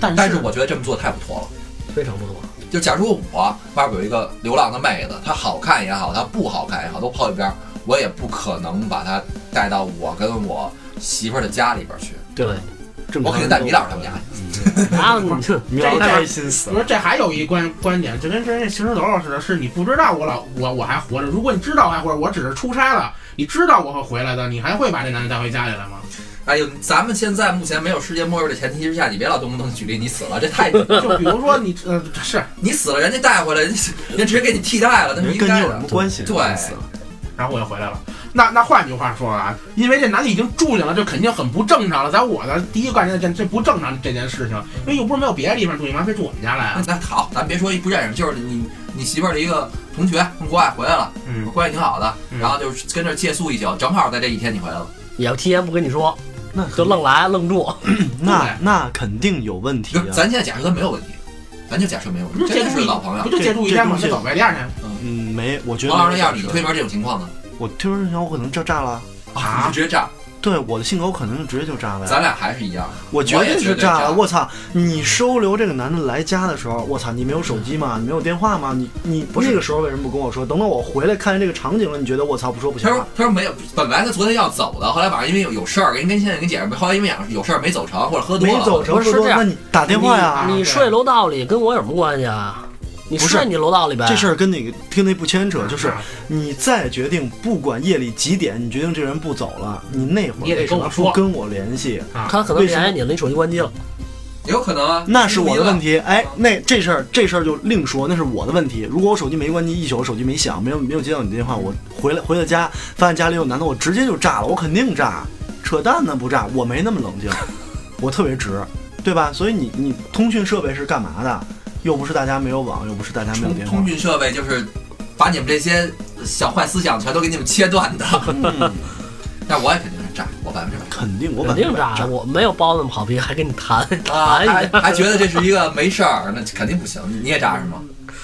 Speaker 3: 但是
Speaker 1: 但是我觉得这么做太不妥了。
Speaker 2: 非常不错。
Speaker 1: 就假如我外边有一个流浪的妹子，她好看也好，她不好看也好，都抛一边儿，我也不可能把她带到我跟我媳妇儿的家里边去，
Speaker 4: 对
Speaker 2: 对
Speaker 4: 正
Speaker 1: 我
Speaker 4: 常
Speaker 1: 肯定
Speaker 4: 人
Speaker 1: 带
Speaker 4: 都
Speaker 1: 米老师他们家。
Speaker 2: 啊，你这
Speaker 4: 苗
Speaker 3: 这
Speaker 4: 开心死
Speaker 3: 我
Speaker 4: 了。
Speaker 3: 说这还有一观观点，就跟跟那行尸走肉似的，是你不知道我老我我还活着。如果你知道我还活着，我只是出差了，你知道我会回来的，你还会把这男的带回家里来吗？
Speaker 1: 哎呦，咱们现在目前没有世界末日的前提之下，你别老动不动举例你死了，这 太
Speaker 3: 就比如说你呃是，
Speaker 1: 你死了人家带回来，人家 人家直接给你替代了，那不
Speaker 4: 人
Speaker 1: 应
Speaker 4: 跟你
Speaker 1: 该
Speaker 4: 有什
Speaker 1: 的
Speaker 4: 么。关系？
Speaker 1: 对
Speaker 4: 烦死了
Speaker 3: 然后我又回来了。那那换句话说啊，因为这男的已经住进了，这肯定很不正常了。在我的第一观念，这这不正常这件事情，因为又不是没有别的地方住，你妈非住我们家来啊？
Speaker 1: 那好，咱别说一不认识，就是你你媳妇儿的一个同学从国外回来了，
Speaker 3: 嗯，
Speaker 1: 关系挺好的，
Speaker 3: 嗯
Speaker 1: 然后就是跟这儿借宿一宿，正好在这一天你回来了。
Speaker 2: 也提前不跟你说，
Speaker 4: 那
Speaker 2: 就愣来愣住。
Speaker 4: 那那肯定有问题
Speaker 1: 就
Speaker 4: 啊
Speaker 1: 是！咱现在假设他没有问题，咱就假设没有问
Speaker 3: 不
Speaker 1: 题，
Speaker 3: 是
Speaker 1: 真的
Speaker 3: 借住
Speaker 1: 是
Speaker 3: 一
Speaker 1: 老朋
Speaker 3: 嗯不
Speaker 1: 友。
Speaker 3: 就借住一天吗？
Speaker 4: 这
Speaker 3: 那
Speaker 4: 这
Speaker 3: 走呗，第二天
Speaker 4: 嗯，没，我觉得
Speaker 1: 王老师，要是你
Speaker 4: 没
Speaker 1: 推
Speaker 4: 有
Speaker 1: 门这种情况呢？
Speaker 4: 我推门要我可能就炸了。
Speaker 1: 你就直接炸，
Speaker 4: 对，我的性格我可能就直接就炸了呀。
Speaker 1: 咱俩还是一样。
Speaker 4: 我绝对
Speaker 1: 我也
Speaker 4: 是炸
Speaker 1: 绝对炸
Speaker 4: 了！我操，你收留这个男的来家的时候，我操，你没有手机吗？你没有电话吗？你你不是那个时候为什么不跟我说？等到我回来看见这个场景了，你觉得我操不说不行
Speaker 1: 他
Speaker 4: 了
Speaker 1: 说？他说没有，本来他昨天要走的，后来晚上因为有有事儿，跟跟现在跟解释，后来因为有事儿没走成，或者喝多
Speaker 4: 没
Speaker 1: 了，
Speaker 4: 走成
Speaker 2: 不是
Speaker 4: 说多
Speaker 2: 这样
Speaker 4: 那你打电话呀？
Speaker 2: 你睡楼道里跟我有什么关系啊？你
Speaker 4: 啊不是
Speaker 2: 睡你楼道里呗。
Speaker 4: 这事儿跟你听那不牵扯，
Speaker 3: 啊
Speaker 4: 就是
Speaker 3: 啊
Speaker 4: 你再决定，不管夜里几点，你决定这人不走了，你那会
Speaker 3: 你也
Speaker 4: 儿
Speaker 3: 得
Speaker 4: 为什
Speaker 3: 跟
Speaker 4: 么
Speaker 3: 我说
Speaker 4: 不跟我联系？
Speaker 2: 他可能
Speaker 4: 为什么
Speaker 2: 联系你了，你手机关机了。
Speaker 1: 有可能啊。
Speaker 4: 那是我的问题。哎
Speaker 1: 啊，
Speaker 4: 那这事儿这事儿就另说，那是我的问题。如果我手机没关机，一宿手机没响，没有没有接到你的电话，我回来回到家发现家里有男的，我直接就炸了，我肯定炸，扯淡呢不炸，我没那么冷 静，我特别直，对吧？所以你你通讯设备是干嘛的？又不是大家没有网，又不是大家没有
Speaker 1: 通
Speaker 4: 电话
Speaker 1: 通，讯设备就是把你们这些小坏思想全都给你们切断的。
Speaker 4: 嗯
Speaker 1: 但我也肯定是炸，我百分之百。
Speaker 4: 肯定我
Speaker 2: 肯定
Speaker 4: 百分之
Speaker 2: 炸，
Speaker 4: 百
Speaker 2: 我没有包那么好皮，还跟你谈
Speaker 1: 啊，
Speaker 2: 谈
Speaker 4: 哎
Speaker 2: 一
Speaker 1: 还
Speaker 2: 下，
Speaker 1: 还觉得这是一个没事儿，那肯定不行。你也炸是吗？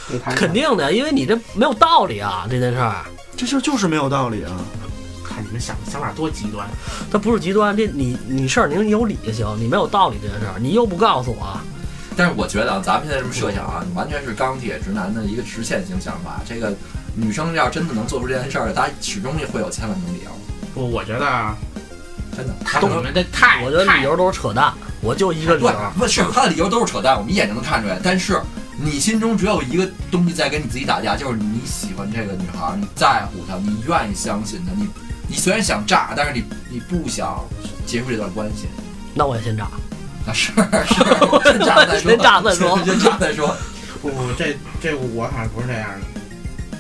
Speaker 3: 给
Speaker 4: 哎
Speaker 3: 他
Speaker 2: 肯定的，因为你这没有道理啊，这件事儿
Speaker 4: 这事儿就是没有道理啊。
Speaker 3: 看你们想想法多极端，
Speaker 2: 它不是极端，这你你事儿你有理就行，你没有道理这件事儿，你又不告诉我，
Speaker 1: 但是我觉得啊，咱们现在这么设想啊，完全是钢铁直男的一个直线型想法。这个女生要真的能做出这件事儿，她始终会有千万种理由，
Speaker 3: 不，我觉得啊
Speaker 1: 真的。她
Speaker 3: 看
Speaker 1: 可
Speaker 3: 你
Speaker 1: 能
Speaker 3: 们这太
Speaker 2: 我觉得理
Speaker 3: 太
Speaker 2: 由都是扯淡，我就一个理由
Speaker 1: 对，，不是她的理由都是扯淡，我们一眼就能看出来。但是你心中只有一个东西在跟你自己打架，就是你喜欢这个女孩，你在乎她，你愿意相信她，你你虽然想炸，但是你你不想结束这段关 系。
Speaker 2: 那我也先炸，
Speaker 1: 啊， 是是，先炸再 说，
Speaker 2: 先炸再说
Speaker 1: 先炸再说。
Speaker 3: 不不，这这我好像不是这样的。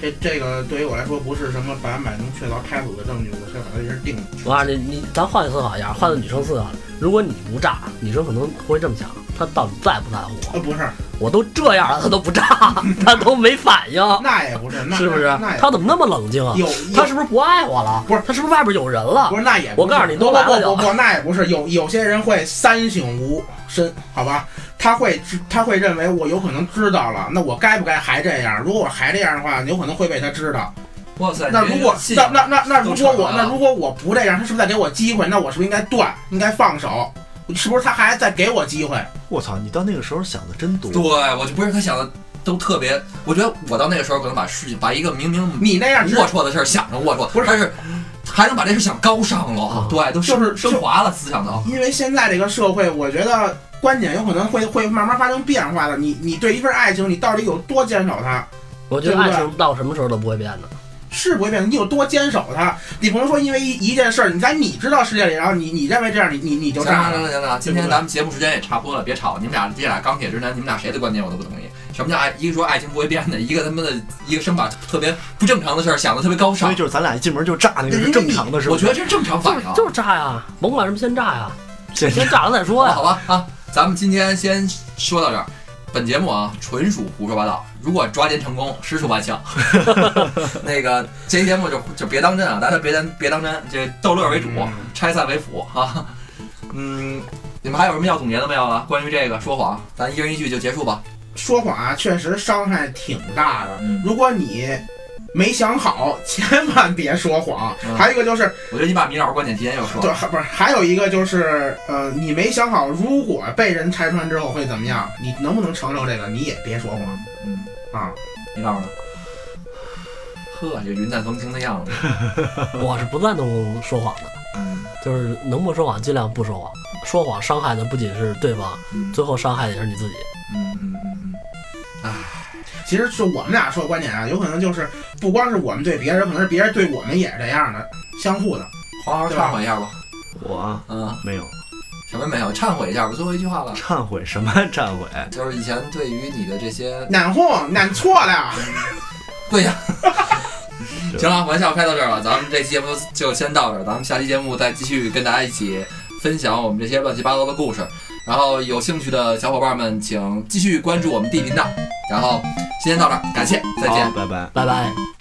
Speaker 3: 这这个对于我来说不是什么百分百能确凿开锁的证据，我先把它这人定了。
Speaker 2: 我告诉你，你咱换思考一下，换到女生思考，如果你不炸，女生可能会这么想，他到底在不在乎
Speaker 3: 呃，
Speaker 2: 我？
Speaker 3: 不是，
Speaker 2: 我都这样了，他都不炸， 他都没反应，
Speaker 3: 那也不是，那
Speaker 2: 是不是
Speaker 3: 那？也
Speaker 2: 他怎么那么冷静啊？
Speaker 3: 有
Speaker 2: 他是不是不爱我了？
Speaker 3: 不是
Speaker 2: 他是不是外边有人了
Speaker 3: 不？是，那也
Speaker 2: 我告诉你
Speaker 3: 不
Speaker 2: 都来了
Speaker 3: 不
Speaker 2: 就
Speaker 3: 不不不，那也不是。有有些人会三省吾身，好吧？他会知他会认为我有可能知道了，那我该不该还这样？如果我还这样的话，有可能会被他知道。
Speaker 1: 哇塞，
Speaker 3: 那
Speaker 1: 你这
Speaker 3: 如果
Speaker 1: 信
Speaker 3: 那
Speaker 1: 仰
Speaker 3: 那那那
Speaker 1: 都
Speaker 3: 如
Speaker 1: 扯
Speaker 3: 果
Speaker 1: 了
Speaker 3: 我那如果我不这样，他是不是在给我机会？那我是不是应该断？应该放手？是不是他还在给我机会？
Speaker 1: 嗯
Speaker 4: 我操，你到那个时候想的真多。
Speaker 1: 对我就不是他想的都特别，我觉得我到那个时候可能把事情把一个明明
Speaker 3: 你那样只
Speaker 1: 龌龊的事儿想成龌龊，
Speaker 3: 不是
Speaker 1: 但是还能把这事想高尚了
Speaker 2: 啊，
Speaker 1: 对，都
Speaker 3: 就
Speaker 1: 升
Speaker 3: 是就
Speaker 1: 升华了思想都。
Speaker 3: 因为现在这个社会，我觉得观点有可能会会慢慢发生变化的。你你对一份爱情，你到底有多坚守它？
Speaker 2: 我觉得
Speaker 3: 对不
Speaker 2: 爱
Speaker 3: 对
Speaker 2: 情到什么时候都不会变的。
Speaker 3: 是不会变，你有多坚守它。你不能说因为一一件事儿，你在你知道世界里，然后你你认为这样，你你你就
Speaker 1: 行
Speaker 3: 这样
Speaker 1: 了
Speaker 3: 了。
Speaker 1: 行了行了，今
Speaker 3: 对
Speaker 1: 天
Speaker 3: 不对
Speaker 1: 咱们节目时间也差不多了，别吵，你们俩这俩钢铁直男，你们俩谁的观点我都不同意。什么叫爱？一个说爱情不会变的，一个他妈的，一个生把特别不正常的事儿想的特别高
Speaker 4: 所
Speaker 1: 尚
Speaker 4: 以。就是咱俩一进门就炸，那个是正常的事。
Speaker 1: 我觉得这是正常
Speaker 2: 就
Speaker 1: 反
Speaker 2: 是
Speaker 3: 啊
Speaker 1: 应。啊
Speaker 2: 就是炸呀，甭管什么先炸 呀，
Speaker 4: 这
Speaker 2: 先炸了再说
Speaker 3: 哦
Speaker 1: 好
Speaker 2: 呀。
Speaker 1: 吧啊，咱们今天先说到这儿。本节目啊，纯属胡说八道。如果抓奸成功，实属万幸。 那个这期节目就就别当真啊，大家别当别当真，这逗乐为主，
Speaker 3: 嗯
Speaker 1: 拆散为辅啊。嗯，你们还有什么要总结的没有啊？关于这个说谎，咱一人一句就结束吧。
Speaker 3: 说谎啊，确实伤害挺大的
Speaker 1: 嗯。
Speaker 3: 如果你没想好，千万别说谎
Speaker 1: 嗯。
Speaker 3: 还有一个就是，
Speaker 1: 我觉得你把米老师观点提前又说
Speaker 3: 对，
Speaker 1: 了，
Speaker 3: 还不是还有一个就是，呃，你没想好，如果被人拆穿之后会怎么样，你能不能承受这个？你也别说谎
Speaker 1: 嗯，
Speaker 3: 啊。
Speaker 1: 米老师呢？呵，这云淡风轻的样子。
Speaker 2: 我是不赞同说谎的，
Speaker 1: 嗯
Speaker 2: 就是能不说谎尽量不说谎。说谎伤害的不仅是对方，
Speaker 1: 嗯
Speaker 2: 最后伤害的也是你自己。
Speaker 1: 嗯嗯嗯
Speaker 3: 其实是我们俩说的观点啊，有可能就是不光是我们对别人，可能是别人对我们也是这样的，相互的。
Speaker 1: 嗯，黄老师
Speaker 3: 对吧啊
Speaker 1: 忏悔一下吧。
Speaker 4: 我啊
Speaker 1: 嗯，
Speaker 4: 没有
Speaker 1: 什么没有？忏悔一下吧，最后一句话了。
Speaker 4: 忏悔什么忏悔？
Speaker 1: 就是以前对于你的这些，
Speaker 3: 难哄难错了，
Speaker 1: 对呀。
Speaker 4: 对
Speaker 1: 行了，玩笑开到这儿了，咱们这期节目就先到这儿，咱们下期节目再继续跟大家一起分享我们这些乱七八糟的故事。然后有兴趣的小伙伴们，请继续关注我们 D 频道。然后今天到这儿，感谢，再见
Speaker 4: 好。拜拜。
Speaker 2: 拜拜。